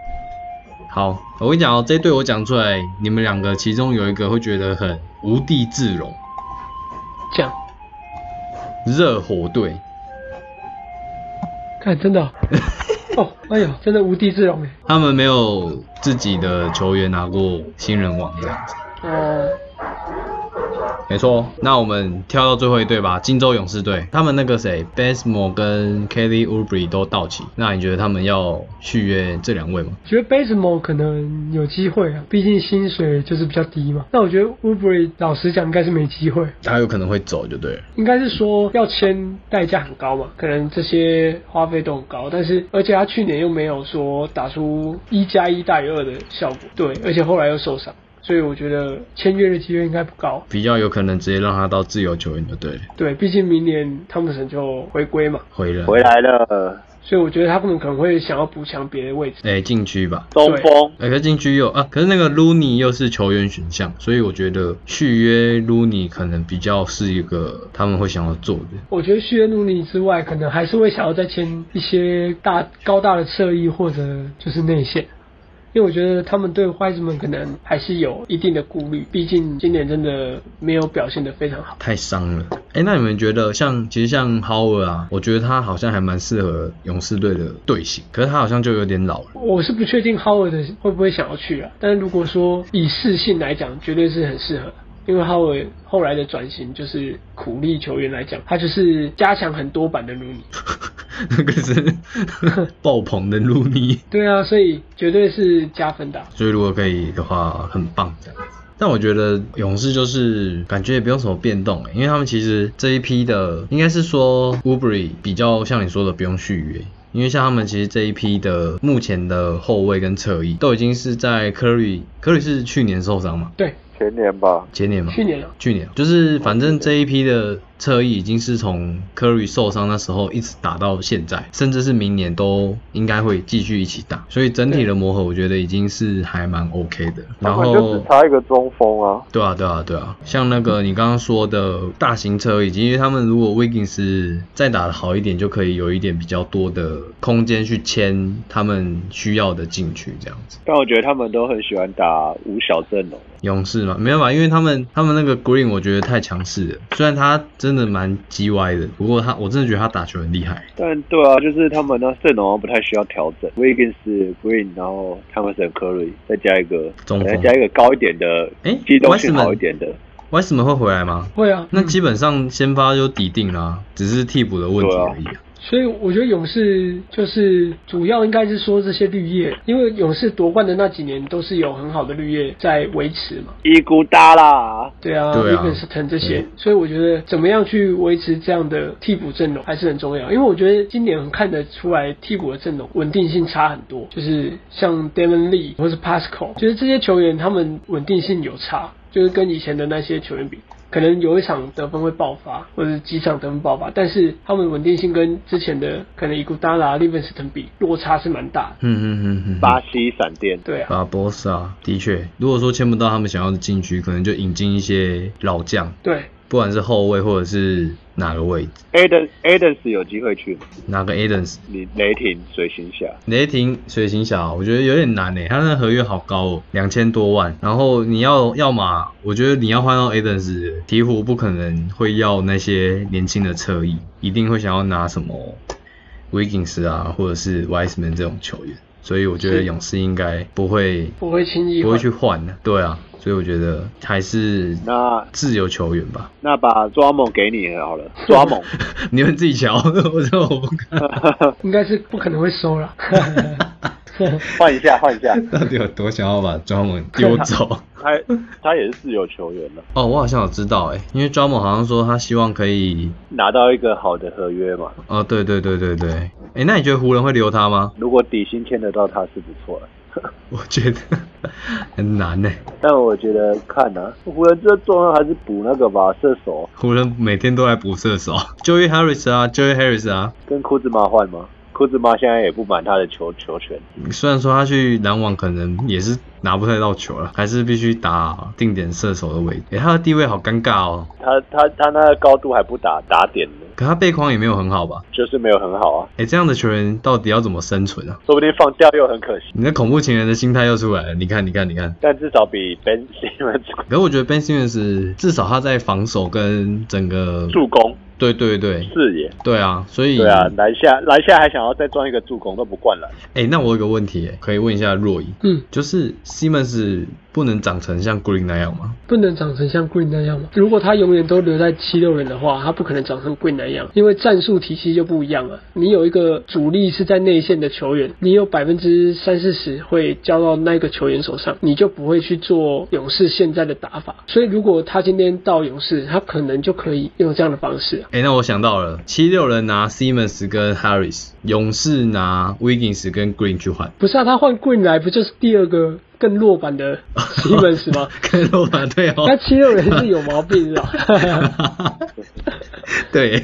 S1: 好，我跟你讲哦，这一对我讲出来，你们两个其中有一个会觉得很无地自容，
S2: 讲，
S1: 热火队。
S2: 看真的 哦、哦，哎呦，真的无地自容哎。
S1: 他们没有自己的球员拿过新人王这样子，
S2: 哦，
S1: 没错。那我们跳到最后一队吧，金州勇士队，他们那个谁 b a s m o 跟 Kelly Oubre 都到齐，那你觉得他们要续约这两位吗？
S2: 觉得 Basemo 可能有机会啊，毕竟薪水就是比较低嘛。那我觉得 Uber 老实讲应该是没机会，
S1: 他有可能会走就对了。
S2: 应该是说要签代价很高嘛，可能这些花费都很高。但是而且他去年又没有说打出一加一大于二的效果，对，而且后来又受伤，所以我觉得签约的机会应该不高。
S1: 比较有可能直接让他到自由球员就对了，
S2: 对，毕竟明年汤普森就回归嘛，
S1: 回了
S3: 回，来了，
S2: 所以我觉得他们可能会想要补强别的位置。
S1: 哎、禁区吧，
S3: 中锋
S1: 哎、可是禁区又啊，可是那个 Looney 又是球员选项，所以我觉得续约 Looney 可能比较是一个他们会想要做的。
S2: 我觉得续约努力之外，可能还是会想要再签一些大高大的侧翼或者就是内线，因为我觉得他们对坏子们可能还是有一定的顾虑，毕竟今年真的没有表现得非常好。
S1: 太伤了。哎、那你们觉得像其实像 Howard 啊，我觉得他好像还蛮适合勇士队的队形，可是他好像就有点老了。
S2: 我是不确定 Howard 会不会想要去啊，但是如果说以适性来讲，绝对是很适合。因为 Howard 后来的转型就是苦力球员来讲，他就是加强很多版的努力。
S1: 那个是爆棚的路尼，
S2: 对啊，所以绝对是加分的啊、
S1: 所以如果可以的话，很棒这样子。但我觉得勇士就是感觉也不用什么变动、欸因为他们其实这一批的应该是说 Ubery 比较像你说的不用续约，因为像他们其实这一批的目前的后卫跟侧翼都已经是在 Curry Curry 是去年受伤嘛，
S2: 对，
S3: 前年吧，
S1: 前年嘛，
S2: 去年啊，
S1: 去年，就是反正这一批的侧翼已经是从 Curry 受伤那时候一直打到现在，甚至是明年都应该会继续一起打，所以整体的磨合我觉得已经是还蛮 OK 的。然
S3: 他们就
S1: 后
S3: 只差一个中锋啊，
S1: 对啊，对啊，对啊，像那个你刚刚说的大型车，以及因为他们如果 Wiggins 再打得好一点，就可以有一点比较多的空间去签他们需要的禁区这样子。
S3: 但我觉得他们都很喜欢打五小哦阵容。
S1: 勇士嘛，没办法，因为他们他们那个 Green 我觉得太强势了，虽然他真的蛮鸡歪的，不过他我真的觉得他打球很厉害。
S3: 但对啊，就是他们呢阵容好像不太需要调整，Wiggins、Green，然后 Thompson、Curry，再加一个，
S1: 中锋
S3: 再加一个高一点的，
S1: 诶
S3: 机动性
S1: Wiseman
S3: 好一点的，
S1: 为什么会回来吗？
S2: 会啊，
S1: 那
S2: 嗯
S1: 基本上先发就底定啦、只是替补的问题而已、啊。
S2: 所以我觉得勇士就是主要应该是说这些绿叶，因为勇士夺冠的那几年都是有很好的绿叶在维持嘛。
S3: 伊古达啦。
S2: 对啊，
S1: 对啊
S2: v i n c e n 这些
S1: 对，
S2: 所以我觉得怎么样去维持这样的替补阵容还是很重要，因为我觉得今年看得出来替补的阵容稳定性差很多，就是像 Damon Lee 或是 Pascal，就是这些球员他们稳定性有差，就是跟以前的那些球员比。可能有一场得分会爆发，或者是几场得分爆发，但是他们稳定性跟之前的可能伊古达拉、利文斯顿比落差是蛮大的。
S1: 嗯嗯嗯嗯。
S3: 巴西闪电，
S2: 对啊，
S1: 巴博萨的确，如果说签不到他们想要的禁区，可能就引进一些老将，
S2: 对，
S1: 不管是后卫或者是哪个位置，
S3: Aden Adens 有机会去吗？
S1: 哪个 Adams。
S3: 你雷霆、水行侠，
S1: 雷霆、水行侠，我觉得有点难诶，欸他那合约好高哦，两千多万。然后你要要么，我觉得你要换到 Adams，鹈鹕不可能会要那些年轻的侧翼，一定会想要拿什么 Wiggins 啊，或者是 Wiseman 这种球员。所以我觉得
S2: 是
S1: 勇士应该不会
S2: 不会轻易
S1: 不会
S2: 换
S1: 去换的，对啊。所以我觉得还是
S3: 那
S1: 自由球员吧，
S3: 那把抓猛给你好了，抓猛，
S1: 你们自己瞧，我说我不看
S2: 应该是不可能会收了。
S3: 换一下，换一下。
S1: 到底有多想要把专门丢 走。
S3: 他他也是自由球员啊了，
S1: 哦，我好像有知道哎，因为抓 o 好像说他希望可以，
S3: 拿到一个好的合约嘛。
S1: 哦，对对对对对，哎，那你觉得湖人会留他吗？
S3: 如果底薪签得到他是不错的，
S1: 我觉得 很难欸呢，
S3: 但我觉得看啊，湖人这重要还是补那个吧，射手
S1: 湖人每天都来补射手 ，Joey Harris 啊，Joey Harris 啊，
S3: 跟库兹马换吗？库兹马现在也不满他的球球权，
S1: 虽然说他去篮网可能也是拿不太到球了，还是必须打定点射手的位置，哎，他的地位好尴尬哦，
S3: 他他他那个高度还不打打点呢，
S1: 可他背框也没有很好吧？
S3: 就是没有很好啊，
S1: 哎，这样的球员到底要怎么生存啊？
S3: 说不定放掉又很可惜，
S1: 你的恐怖情人的心态又出来了，你看，你看，你看。
S3: 但至少比 Ben Simmons
S1: 可是我觉得 Ben Simmons 至少他在防守跟整个，
S3: 助攻
S1: 对对对
S3: 视野。
S1: 对啊，所以
S3: 对啊，篮下篮下还想要再装一个助攻都不灌篮，
S1: 哎、那我有个问题，可以问一下若仪，
S2: 嗯，
S1: 就是 Simmons 不能长成像 Green 那样吗？
S2: 不能长成像 Green 那样吗？如果他永远都留在七六人的话，他不可能长成 Green 那样，因为战术体系就不一样了。啊你有一个主力是在内线的球员，你有百分之三四十会交到那个球员手上，你就不会去做勇士现在的打法。所以如果他今天到勇士，他可能就可以用这样的方式。
S1: 哎、那我想到了，七六人拿 Simmons 跟 Harris，勇士拿 Wiggins 跟 Green 去换，
S2: 不是啊，他换 Green 来不就是第二个更落版的 Stevens 吗？
S1: 看到吧？对哦，
S2: 那七六人是有毛病 是吧？
S1: 对，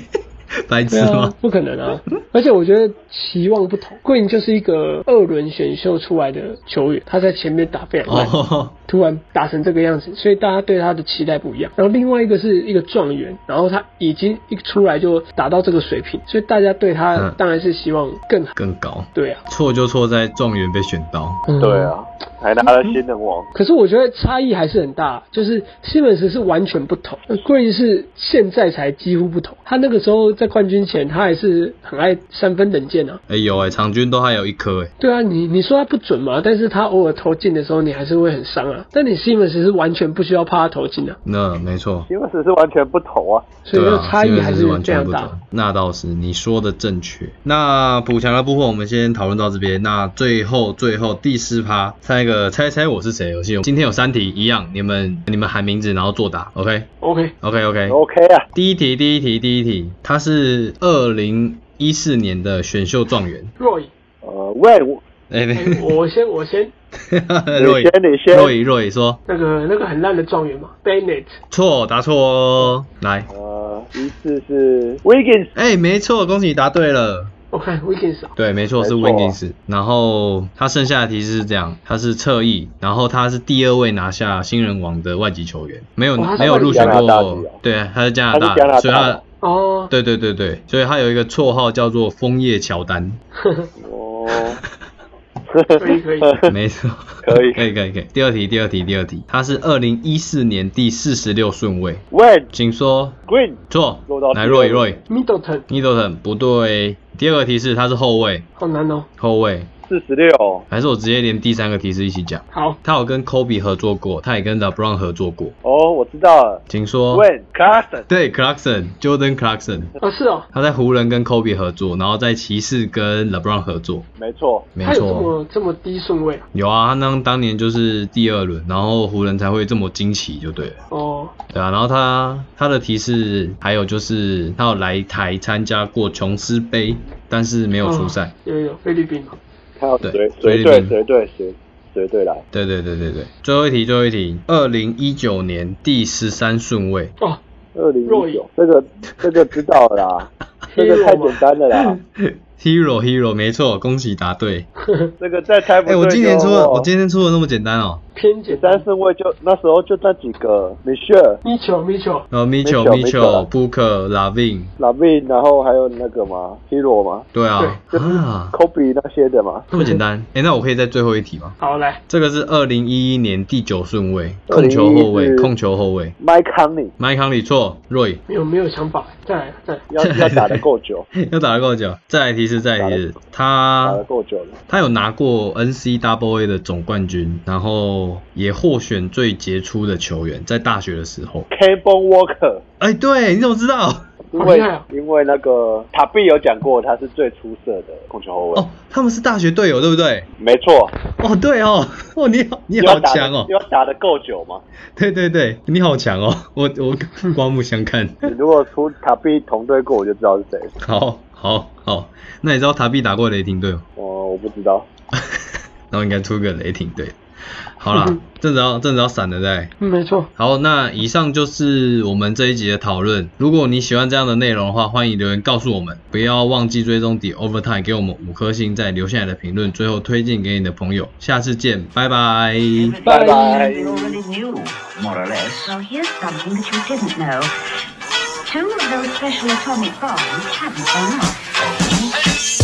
S1: 白痴哦
S2: 对啊
S1: 吗？，
S2: 不可能啊！而且我觉得期望不同，Green 就是一个二轮选秀出来的球员，他在前面打非常烂，
S1: 哦，
S2: 突然打成这个样子，所以大家对他的期待不一样。然后另外一个是一个状元，然后他已经一出来就打到这个水平，所以大家对他
S1: 嗯
S2: 当然是希望更好。
S1: 更高，
S2: 对啊，
S1: 错就错在状元被选到，
S2: 嗯
S3: 对。啊，还拿了新人王，
S2: 可是我觉得差异还是很大，就是西门斯是完全不同呃，Green 是现在才几乎不同。他那个时候在冠军前，他还是很爱三分冷箭啊，
S1: 哎、有哎、场均都还有一颗哎、
S2: 对啊，你你说他不准嘛，但是他偶尔投进的时候，你还是会很伤啊。但你 Simmons 是完全不需要怕他投进的、
S1: 那没错，
S3: 因为只是完全不投啊。
S2: 所以这
S1: 对
S2: 个
S1: 啊，
S2: 差异
S1: 这个
S2: 还
S1: 是完
S2: 非
S1: 全
S2: 常
S1: 不
S2: 大。
S1: 同。那倒是，你说的正确。那补强的部分我们先讨论到这边。那最后最后第四趴，猜一个猜猜我是谁游戏。今天有三题，一样，你们你们喊名字然后作答。OK
S2: OK，
S1: OK OK。
S3: OK 啊，
S1: 第一题第一题第一题，他是二零一四年的选秀状元。
S2: 若隐，
S3: 呃，喂，我
S1: 哎，
S2: 哎我先我先
S1: 若
S3: 你先你先
S1: 若雨若雨说
S2: 那个那个很烂的状元嘛，Bennett，
S1: 错，答错哦。来，
S3: 呃，一次是 Wiggins，
S1: 哎、没错，恭喜你答对了。
S2: 我看 Weekends 啊，
S1: 对，没错是
S3: 没错啊
S1: Wiggins。然后他剩下的提示是这样，他是侧翼，然后他是第二位拿下新人王的外籍球员，没有、
S2: 哦他是
S1: 没有入选
S3: 加拿大
S1: 过
S3: 籍哦，
S1: 对，他是加拿大
S3: 他是加拿大
S1: 的，所以他
S3: 的
S2: 哦，
S1: 对对对对，所以他有一个绰号叫做枫叶乔 丹，
S3: 哦，
S2: 可以可以，
S1: 没错，
S3: 可以
S1: 可以可以可以。第二题，第二题，第二题，他是二零一四年第四十六顺位，
S3: When
S1: 请说
S3: Green
S1: 错
S3: 落到，
S1: 来
S3: 第二
S1: 若
S3: 位
S1: 一若一
S2: Middleton
S1: ，Middleton 不对。第二个提示他是后卫，
S2: 好难哦。
S1: 后卫，
S3: 四十六，
S1: 还是我直接连第三个提示一起讲？
S2: 好，
S1: 他有跟 Kobe 合作过，他也跟 LeBron 合作过，
S3: 哦，我知道了
S1: 请说。
S3: ，When Carson，
S1: 对，Clarkson，Jordan Clarkson，
S2: 哦是哦，
S1: 他在湖人跟 Kobe 合作，然后在骑士跟 LeBron 合作，
S3: 没错，
S1: 没
S2: 他有这
S1: 错。
S2: 么这么低顺位啊？
S1: 有啊，他当当年就是第二轮，然后湖人才会这么惊奇，就对了。
S2: 哦，
S1: 对啊，然后他他的提示还有就是他有来台参加过琼斯杯，但是没有出赛。
S2: 哦有有菲律宾嘛，
S3: 他有
S1: 对
S3: 随
S1: 所以
S3: 随队
S1: 你
S3: 随队随随队来，
S1: 对对对对对，最后一题，最后一题，二零一九年第十三顺位，
S2: 哦，
S3: 二零
S2: 若
S3: 一
S2: 隐
S3: 九，这个这个知道了 啦，这个太简单了啦，
S1: Hero Hero，没错，恭喜答对。
S3: 这个再猜不
S1: 哎、
S3: 对就，
S1: 我今年出的，
S3: 哦
S1: 我今天出的那么简单哦。
S2: 偏简
S3: 简
S2: 单
S3: 单。顺位就那时候就那几个，Michelle、
S2: Mitchell Mitchell
S1: 然后哦 Mitchell
S3: Mitchell，Mitchell
S1: Mitchell Booker Lavin，
S3: 拉贝，然后还有那个嘛，Hero 嘛
S1: 对啊，
S2: 对
S1: 啊，
S3: ，Kobe 那些的嘛，
S1: 那么简单。哎、那我可以再最后一题吗？
S2: 好来，
S1: 这个是二零一一年第九顺位，控球后卫，
S3: 2011是
S1: 控球后卫。
S3: ，Mike Conley
S1: 麦康里错，Roy
S2: 没有没有想法，再来再来，
S3: 要要打得够久，
S1: 要打得够久。再来提示，再来提示，
S3: 打得
S1: 他
S3: 够久了，
S1: 他有拿过 NCAA 的总冠军，然后也获选最杰出的球员，在大学的时候。
S3: k b o n Walker。
S1: 哎、对，你怎么知道？
S3: 因
S2: 好厉
S3: 为
S1: 啊
S2: 害哦
S3: 因为那个塔比有讲过，他是最出色的控球后卫。
S1: 哦，他们是大学队友，对不对？
S3: 没错，
S1: 哦，对哦， 哦，你好，你
S3: 要
S1: 好
S3: 打
S1: 强
S3: 得
S1: 哦，
S3: 要打得够久嘛。
S1: 对对对，你好强哦，我我刮目相看。
S3: 你如果出塔比同队过，我就知道是谁。
S1: 好，好，好，那你知道塔比打过雷霆队吗？
S3: 哦，我不知道。
S1: 然后应该出个雷霆队。好
S3: 嗯
S1: 啦， 正着要正着要闪了再。
S2: 嗯没错，
S1: 好，那以上就是我们这一集的讨论。如果你喜欢这样的内容的话，欢迎留言告诉我们。不要忘记追踪 The Overtime，给我们五颗星，再留下来的评论，最后推荐给你的朋友。下次见，拜拜。
S3: 拜拜
S4: They already knew, more or less.
S5: Well, here's something that you didn't know. Two of those special atomic bombs haven't gone off.
S4: Two